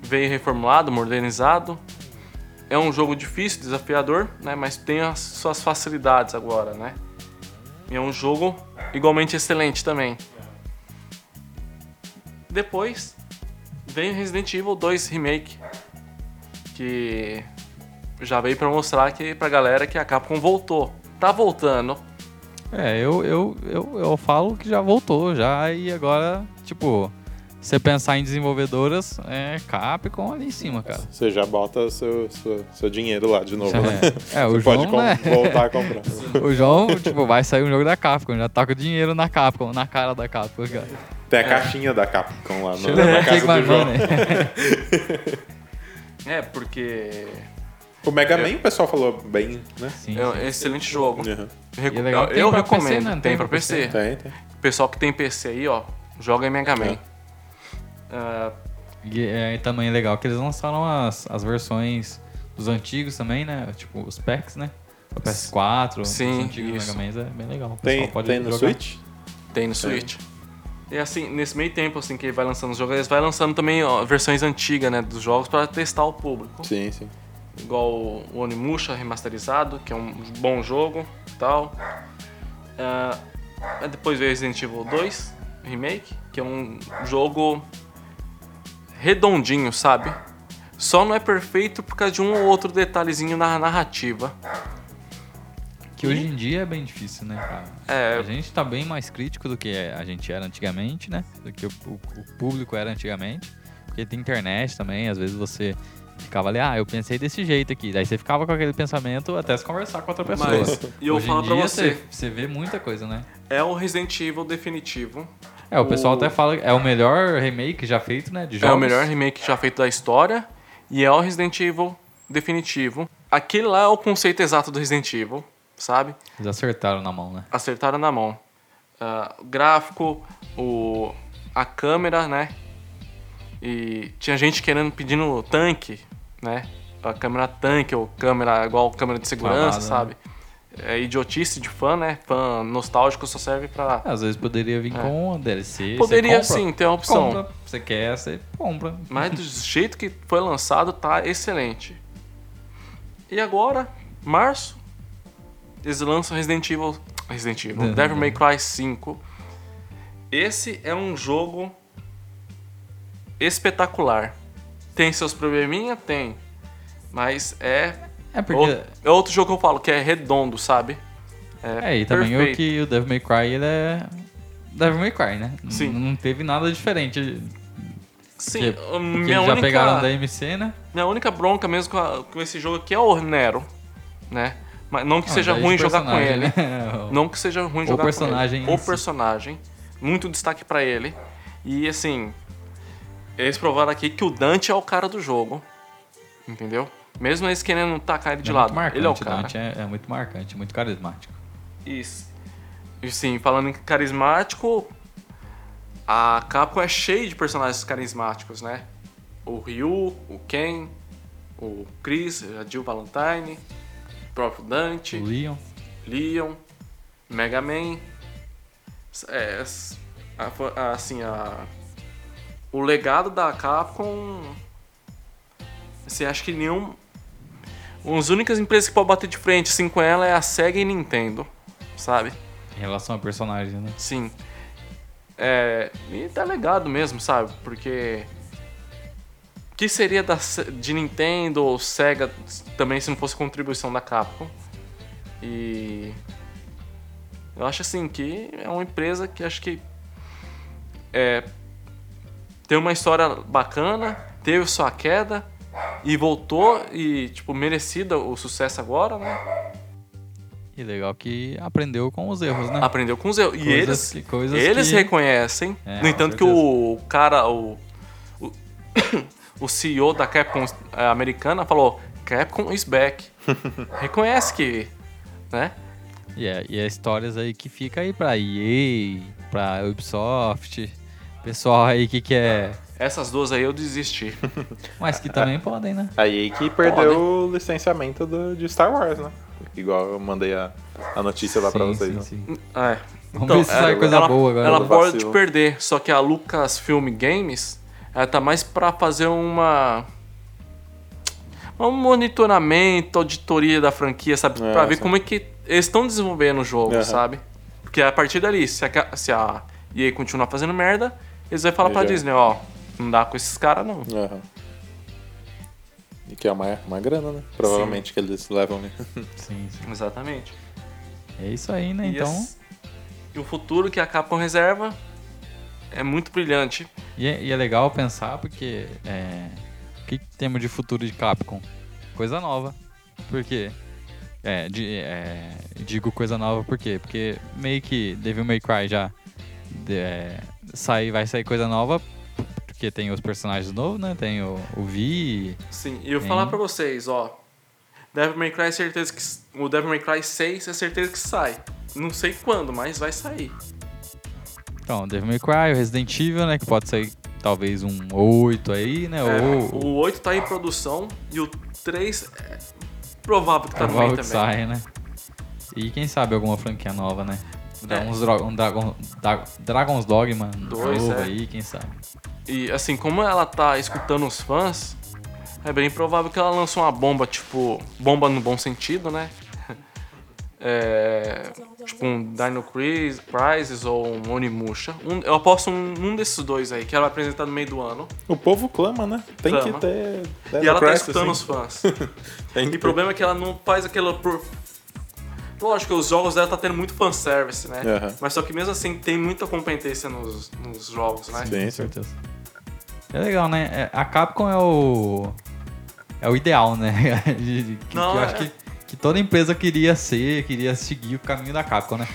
[SPEAKER 3] veio reformulado, modernizado. É um jogo difícil, desafiador, né? Mas tem as suas facilidades agora, né? E é um jogo igualmente excelente também. Depois veio Resident Evil 2 Remake, que já veio pra mostrar que, pra galera que a Capcom voltou. Tá voltando.
[SPEAKER 1] É, eu, eu, eu, eu falo que já voltou, já, e agora, tipo, você pensar em desenvolvedoras, é Capcom ali em cima, cara.
[SPEAKER 2] Você já bota seu, seu, seu dinheiro lá de novo,
[SPEAKER 1] É.
[SPEAKER 2] né?
[SPEAKER 1] É, o
[SPEAKER 2] Você
[SPEAKER 1] João,
[SPEAKER 2] pode um com-
[SPEAKER 1] né?
[SPEAKER 2] voltar a comprar.
[SPEAKER 1] O João, tipo, vai sair um jogo da Capcom, já tá com dinheiro na Capcom, na cara da Capcom, cara.
[SPEAKER 2] Tem a caixinha da Capcom lá no,
[SPEAKER 1] Chega
[SPEAKER 2] na
[SPEAKER 1] no Take
[SPEAKER 2] casa
[SPEAKER 1] My
[SPEAKER 2] do João.
[SPEAKER 1] Money.
[SPEAKER 3] É, porque
[SPEAKER 2] O Mega Man, o pessoal falou bem, né?
[SPEAKER 1] Sim.
[SPEAKER 3] é um excelente jogo.
[SPEAKER 2] Uhum.
[SPEAKER 3] Recu-
[SPEAKER 1] E é legal que tem
[SPEAKER 3] eu
[SPEAKER 1] pra
[SPEAKER 3] recomendo.
[SPEAKER 1] PC, né?
[SPEAKER 3] Tem, pra PC.
[SPEAKER 2] Tem, tem.
[SPEAKER 3] Pessoal que tem PC aí, ó, joga em Mega Man. Ah,
[SPEAKER 1] E é também legal que eles lançaram as, as versões dos antigos também, né? Tipo, os packs, né? O PS4,
[SPEAKER 3] Sim,
[SPEAKER 1] os antigos
[SPEAKER 3] isso.
[SPEAKER 1] Mega Man, é bem legal. O
[SPEAKER 2] Tem,
[SPEAKER 1] pessoal pode
[SPEAKER 2] tem no
[SPEAKER 1] jogar.
[SPEAKER 2] Switch?
[SPEAKER 3] Tem no Switch. E assim, nesse meio tempo assim que ele vai lançando os jogos, eles vai lançando também ó, versões antigas, né, dos jogos pra testar o público.
[SPEAKER 2] Sim, sim.
[SPEAKER 3] Igual o Onimusha remasterizado, que é um bom jogo, e tal. Ah, aí depois veio Resident Evil 2 Remake, que é um jogo redondinho, sabe? Só não é perfeito por causa de um ou outro detalhezinho na narrativa.
[SPEAKER 1] Que hoje em dia é bem difícil, né, cara?
[SPEAKER 3] É.
[SPEAKER 1] A gente tá bem mais crítico do que a gente era antigamente, né? Do que o, o- o público era antigamente. Porque tem internet também, às vezes você ficava ali, ah, eu pensei desse jeito aqui. Daí você ficava com aquele pensamento até se conversar com outra pessoa.
[SPEAKER 3] Mas- e eu
[SPEAKER 1] hoje
[SPEAKER 3] falo
[SPEAKER 1] em
[SPEAKER 3] pra
[SPEAKER 1] dia
[SPEAKER 3] você.
[SPEAKER 1] você, você vê muita coisa, né?
[SPEAKER 3] É o Resident Evil definitivo.
[SPEAKER 1] É, o pessoal
[SPEAKER 3] O-
[SPEAKER 1] até fala que é o melhor remake já feito, né? De jogos.
[SPEAKER 3] É o melhor remake já feito da história e é o Resident Evil definitivo. Aquele lá é o conceito exato do Resident Evil, sabe?
[SPEAKER 1] Eles acertaram na mão, né?
[SPEAKER 3] Acertaram na mão. Ah, o gráfico, o, a câmera, né? E tinha gente querendo pedindo tanque, né? A câmera tanque ou câmera igual câmera de segurança,
[SPEAKER 1] Travada, né?
[SPEAKER 3] sabe? É idiotice de fã, né? Fã nostálgico só serve pra.
[SPEAKER 1] É, Às vezes poderia vir com a DLC. você
[SPEAKER 3] É. Poderia
[SPEAKER 1] compra.
[SPEAKER 3] sim ter a opção.
[SPEAKER 1] Compra. Você quer, você compra.
[SPEAKER 3] Mas do jeito que foi lançado, tá excelente. E agora, março, eles lançam Resident Evil. Resident Evil.
[SPEAKER 1] Não,
[SPEAKER 3] Devil May Cry 5. Esse é um jogo espetacular. Tem seus probleminha? Tem. Mas é.
[SPEAKER 1] É porque.
[SPEAKER 3] Outro, é outro jogo que eu falo, que é redondo, sabe?
[SPEAKER 1] É, e também o
[SPEAKER 3] perfeito.
[SPEAKER 1] que o Devil May Cry, ele é. Devil May Cry, né? N-
[SPEAKER 3] Sim.
[SPEAKER 1] Não teve nada diferente.
[SPEAKER 3] Sim,
[SPEAKER 1] que,
[SPEAKER 3] a
[SPEAKER 1] que
[SPEAKER 3] minha
[SPEAKER 1] eles já
[SPEAKER 3] única.
[SPEAKER 1] pegaram da MC, né?
[SPEAKER 3] Minha única bronca mesmo com, a- com esse jogo aqui é o Nero, né? Mas não que
[SPEAKER 1] Não,
[SPEAKER 3] seja
[SPEAKER 1] já é de
[SPEAKER 3] ruim jogar com
[SPEAKER 1] personagem,
[SPEAKER 3] ele.
[SPEAKER 1] né?
[SPEAKER 3] Não que seja ruim
[SPEAKER 1] O
[SPEAKER 3] jogar
[SPEAKER 1] personagem
[SPEAKER 3] com
[SPEAKER 1] em
[SPEAKER 3] ele.
[SPEAKER 1] si.
[SPEAKER 3] O personagem. Muito destaque pra ele. E assim, eles provaram aqui que o Dante é o cara do jogo. Entendeu? Mesmo eles querendo tacar ele de
[SPEAKER 1] é
[SPEAKER 3] lado,
[SPEAKER 1] muito marcante,
[SPEAKER 3] ele é o
[SPEAKER 1] o
[SPEAKER 3] cara.
[SPEAKER 1] Dante é, é muito marcante, muito carismático.
[SPEAKER 3] Isso. E sim, falando em carismático, a Capcom é cheia de personagens carismáticos, né? O Ryu, o Ken, o Chris, a Jill Valentine, o próprio Dante,
[SPEAKER 1] O Leon.
[SPEAKER 3] Leon, Mega Man. É, s- a fa- a- assim, a, o legado da Capcom. Assim, acho que nenhum. As únicas empresas que podem bater de frente assim, com ela é a SEGA e a Nintendo, sabe?
[SPEAKER 1] Em relação a personagens, né?
[SPEAKER 3] Sim. É, e tá legado mesmo, sabe? Porque. O que seria da, Se- de Nintendo ou Sega também se não fosse contribuição da Capcom? E. Eu acho assim que é uma empresa que acho que. É, tem uma história bacana, teve sua queda e voltou e, tipo, merecida o sucesso agora, né?
[SPEAKER 1] E legal que aprendeu com os erros, né?
[SPEAKER 3] Aprendeu com os erros. E
[SPEAKER 1] Coisas
[SPEAKER 3] eles.
[SPEAKER 1] que- coisas
[SPEAKER 3] Eles
[SPEAKER 1] que-
[SPEAKER 3] reconhecem.
[SPEAKER 1] É,
[SPEAKER 3] no
[SPEAKER 1] com
[SPEAKER 3] entanto, que
[SPEAKER 1] certeza.
[SPEAKER 3] o cara, o, o, o CEO da Capcom eh, americana falou: Capcom is back. Reconhece que. Né?
[SPEAKER 1] E é, e é histórias aí que fica aí pra EA, pra Ubisoft, pessoal aí que quer.
[SPEAKER 3] Essas duas aí eu desisti.
[SPEAKER 1] Mas que também podem, né?
[SPEAKER 2] Aí que perdeu o licenciamento do, de Star Wars, né? Igual eu mandei a, a notícia lá pra
[SPEAKER 1] Sim,
[SPEAKER 2] vocês.
[SPEAKER 1] sim,
[SPEAKER 2] né?
[SPEAKER 1] sim.
[SPEAKER 3] É.
[SPEAKER 1] Vamos ver se sai
[SPEAKER 2] ela-
[SPEAKER 1] coisa boa agora.
[SPEAKER 3] Ela
[SPEAKER 2] do
[SPEAKER 3] pode
[SPEAKER 2] vacilo.
[SPEAKER 3] perder, só que a Lucasfilm Games, ela tá mais pra fazer uma. Um monitoramento, auditoria da franquia, sabe?
[SPEAKER 2] É,
[SPEAKER 3] pra ver
[SPEAKER 2] sim.
[SPEAKER 3] como é que eles estão desenvolvendo o jogo,
[SPEAKER 2] Aham.
[SPEAKER 3] sabe? Porque a partir dali, se a, ca- se a EA continuar fazendo merda, Eles vão falar pra
[SPEAKER 2] Já.
[SPEAKER 3] Disney, ó, não dá com esses caras não.
[SPEAKER 2] Aham. E que é uma, uma grana, né? Provavelmente que eles levam né? mesmo.
[SPEAKER 1] Sim, sim.
[SPEAKER 3] Exatamente.
[SPEAKER 1] É isso aí, né?
[SPEAKER 3] E
[SPEAKER 1] Então.
[SPEAKER 3] as- E o futuro que a Capcom reserva é muito brilhante.
[SPEAKER 1] E é, e é legal pensar porque é, o que, que temos de futuro de Capcom? Coisa nova. Por quê? É, de- é, digo coisa nova por quê? Porque meio que Devil May Cry já de- é, sai, vai sair coisa nova porque tem os personagens novos, né? Tem o, o Vi.
[SPEAKER 3] Sim, e eu
[SPEAKER 1] Sim.
[SPEAKER 3] falar pra vocês, ó. Devil May Cry é certeza que. O Devil May Cry 6 é certeza que sai. Não sei quando, mas vai sair.
[SPEAKER 1] Então, Devil May Cry, o Resident Evil, né? Que pode sair talvez um 8 aí, né?
[SPEAKER 3] É,
[SPEAKER 1] ou
[SPEAKER 3] O 8 tá em produção e o 3 é provável que tá no meio
[SPEAKER 1] provável que
[SPEAKER 3] também.
[SPEAKER 1] saia, né? E quem sabe alguma franquia nova, né? Dá
[SPEAKER 3] É.
[SPEAKER 1] uns dra- um Dragon, Dra- Dragon's Dogma
[SPEAKER 3] Dois,
[SPEAKER 1] novo
[SPEAKER 3] é.
[SPEAKER 1] aí, quem sabe.
[SPEAKER 3] E assim, como ela tá escutando os fãs, é bem provável que ela lance uma bomba, tipo, bomba no bom sentido, né? É, tipo um Dino Crisis- Crisis ou um Onimusha. Um- eu aposto um, um desses dois aí, que ela vai apresentar no meio do ano.
[SPEAKER 2] O povo clama, né? Tem
[SPEAKER 3] Clama.
[SPEAKER 2] que ter.
[SPEAKER 3] e ela tá
[SPEAKER 2] Crysis,
[SPEAKER 3] escutando os
[SPEAKER 2] assim.
[SPEAKER 3] fãs.
[SPEAKER 2] Tem
[SPEAKER 3] e
[SPEAKER 2] que
[SPEAKER 3] o problema é que ela não faz aquela. Por... Lógico, os jogos dela tá tendo muito fanservice, né?
[SPEAKER 2] Aham.
[SPEAKER 3] Mas só que mesmo assim tem muita competência nos, nos jogos, né?
[SPEAKER 2] Sim,
[SPEAKER 1] Com
[SPEAKER 2] sim.
[SPEAKER 1] certeza. É legal, né? É, A Capcom é o. É o ideal, né? De- de- que,
[SPEAKER 3] Não,
[SPEAKER 1] que eu
[SPEAKER 3] é.
[SPEAKER 1] acho que, que toda empresa queria ser, queria seguir o caminho da Capcom, né?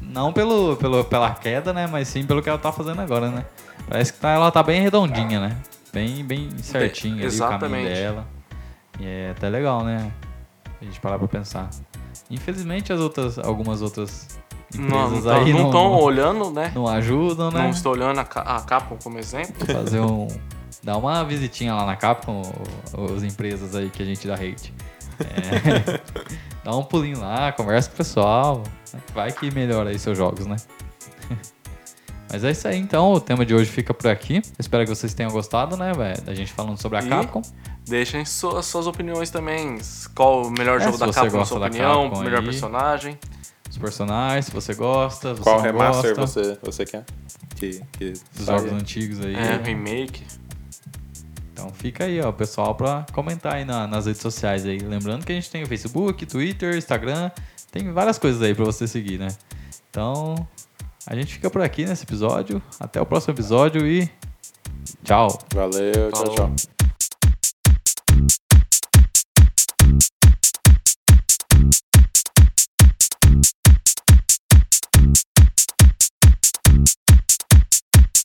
[SPEAKER 1] Não pelo, pelo, pela queda, né? Mas sim pelo que ela tá fazendo agora, né? Parece que tá, ela tá bem redondinha, né? Bem, bem certinho ali o caminho
[SPEAKER 3] exatamente.
[SPEAKER 1] dela. E é até legal, né? A gente parar pra pensar. Infelizmente as outras, algumas outras
[SPEAKER 3] Não, tá-
[SPEAKER 1] empresas
[SPEAKER 3] não
[SPEAKER 1] aí
[SPEAKER 3] estão
[SPEAKER 1] não, não,
[SPEAKER 3] olhando, né?
[SPEAKER 1] ajudam, né?
[SPEAKER 3] Não estou olhando a, Ca- a Capcom como exemplo.
[SPEAKER 1] fazer um. Dar uma visitinha lá na Capcom, o- as empresas aí que a gente dá hate. É, dá um pulinho lá, conversa com o pessoal. Vai que melhora aí seus jogos, né? Mas é isso aí, então. O tema de hoje fica por aqui. Espero que vocês tenham gostado, né, velho? Da gente falando sobre a
[SPEAKER 3] E
[SPEAKER 1] Capcom.
[SPEAKER 3] Deixem su- suas opiniões também. Qual o melhor
[SPEAKER 1] É,
[SPEAKER 3] jogo
[SPEAKER 1] se
[SPEAKER 3] da
[SPEAKER 1] você
[SPEAKER 3] Capcom, na
[SPEAKER 1] gosta
[SPEAKER 3] sua
[SPEAKER 1] da
[SPEAKER 3] opinião,
[SPEAKER 1] Capcom
[SPEAKER 3] melhor
[SPEAKER 1] aí.
[SPEAKER 3] personagem.
[SPEAKER 1] Os personagens, se você gosta, se
[SPEAKER 2] Qual
[SPEAKER 1] você não
[SPEAKER 2] remaster
[SPEAKER 1] gosta,
[SPEAKER 2] você, você quer? Que, que
[SPEAKER 1] Os
[SPEAKER 2] saia?
[SPEAKER 1] jogos antigos aí.
[SPEAKER 3] É, remake.
[SPEAKER 1] Então fica aí, ó, pessoal, pra comentar aí na- nas redes sociais aí. Lembrando que a gente tem o Facebook, Twitter, Instagram, tem várias coisas aí pra você seguir, né? Então, a gente fica por aqui nesse episódio. Até o próximo episódio e tchau!
[SPEAKER 2] Valeu, tchau,
[SPEAKER 3] Falou.
[SPEAKER 2] tchau.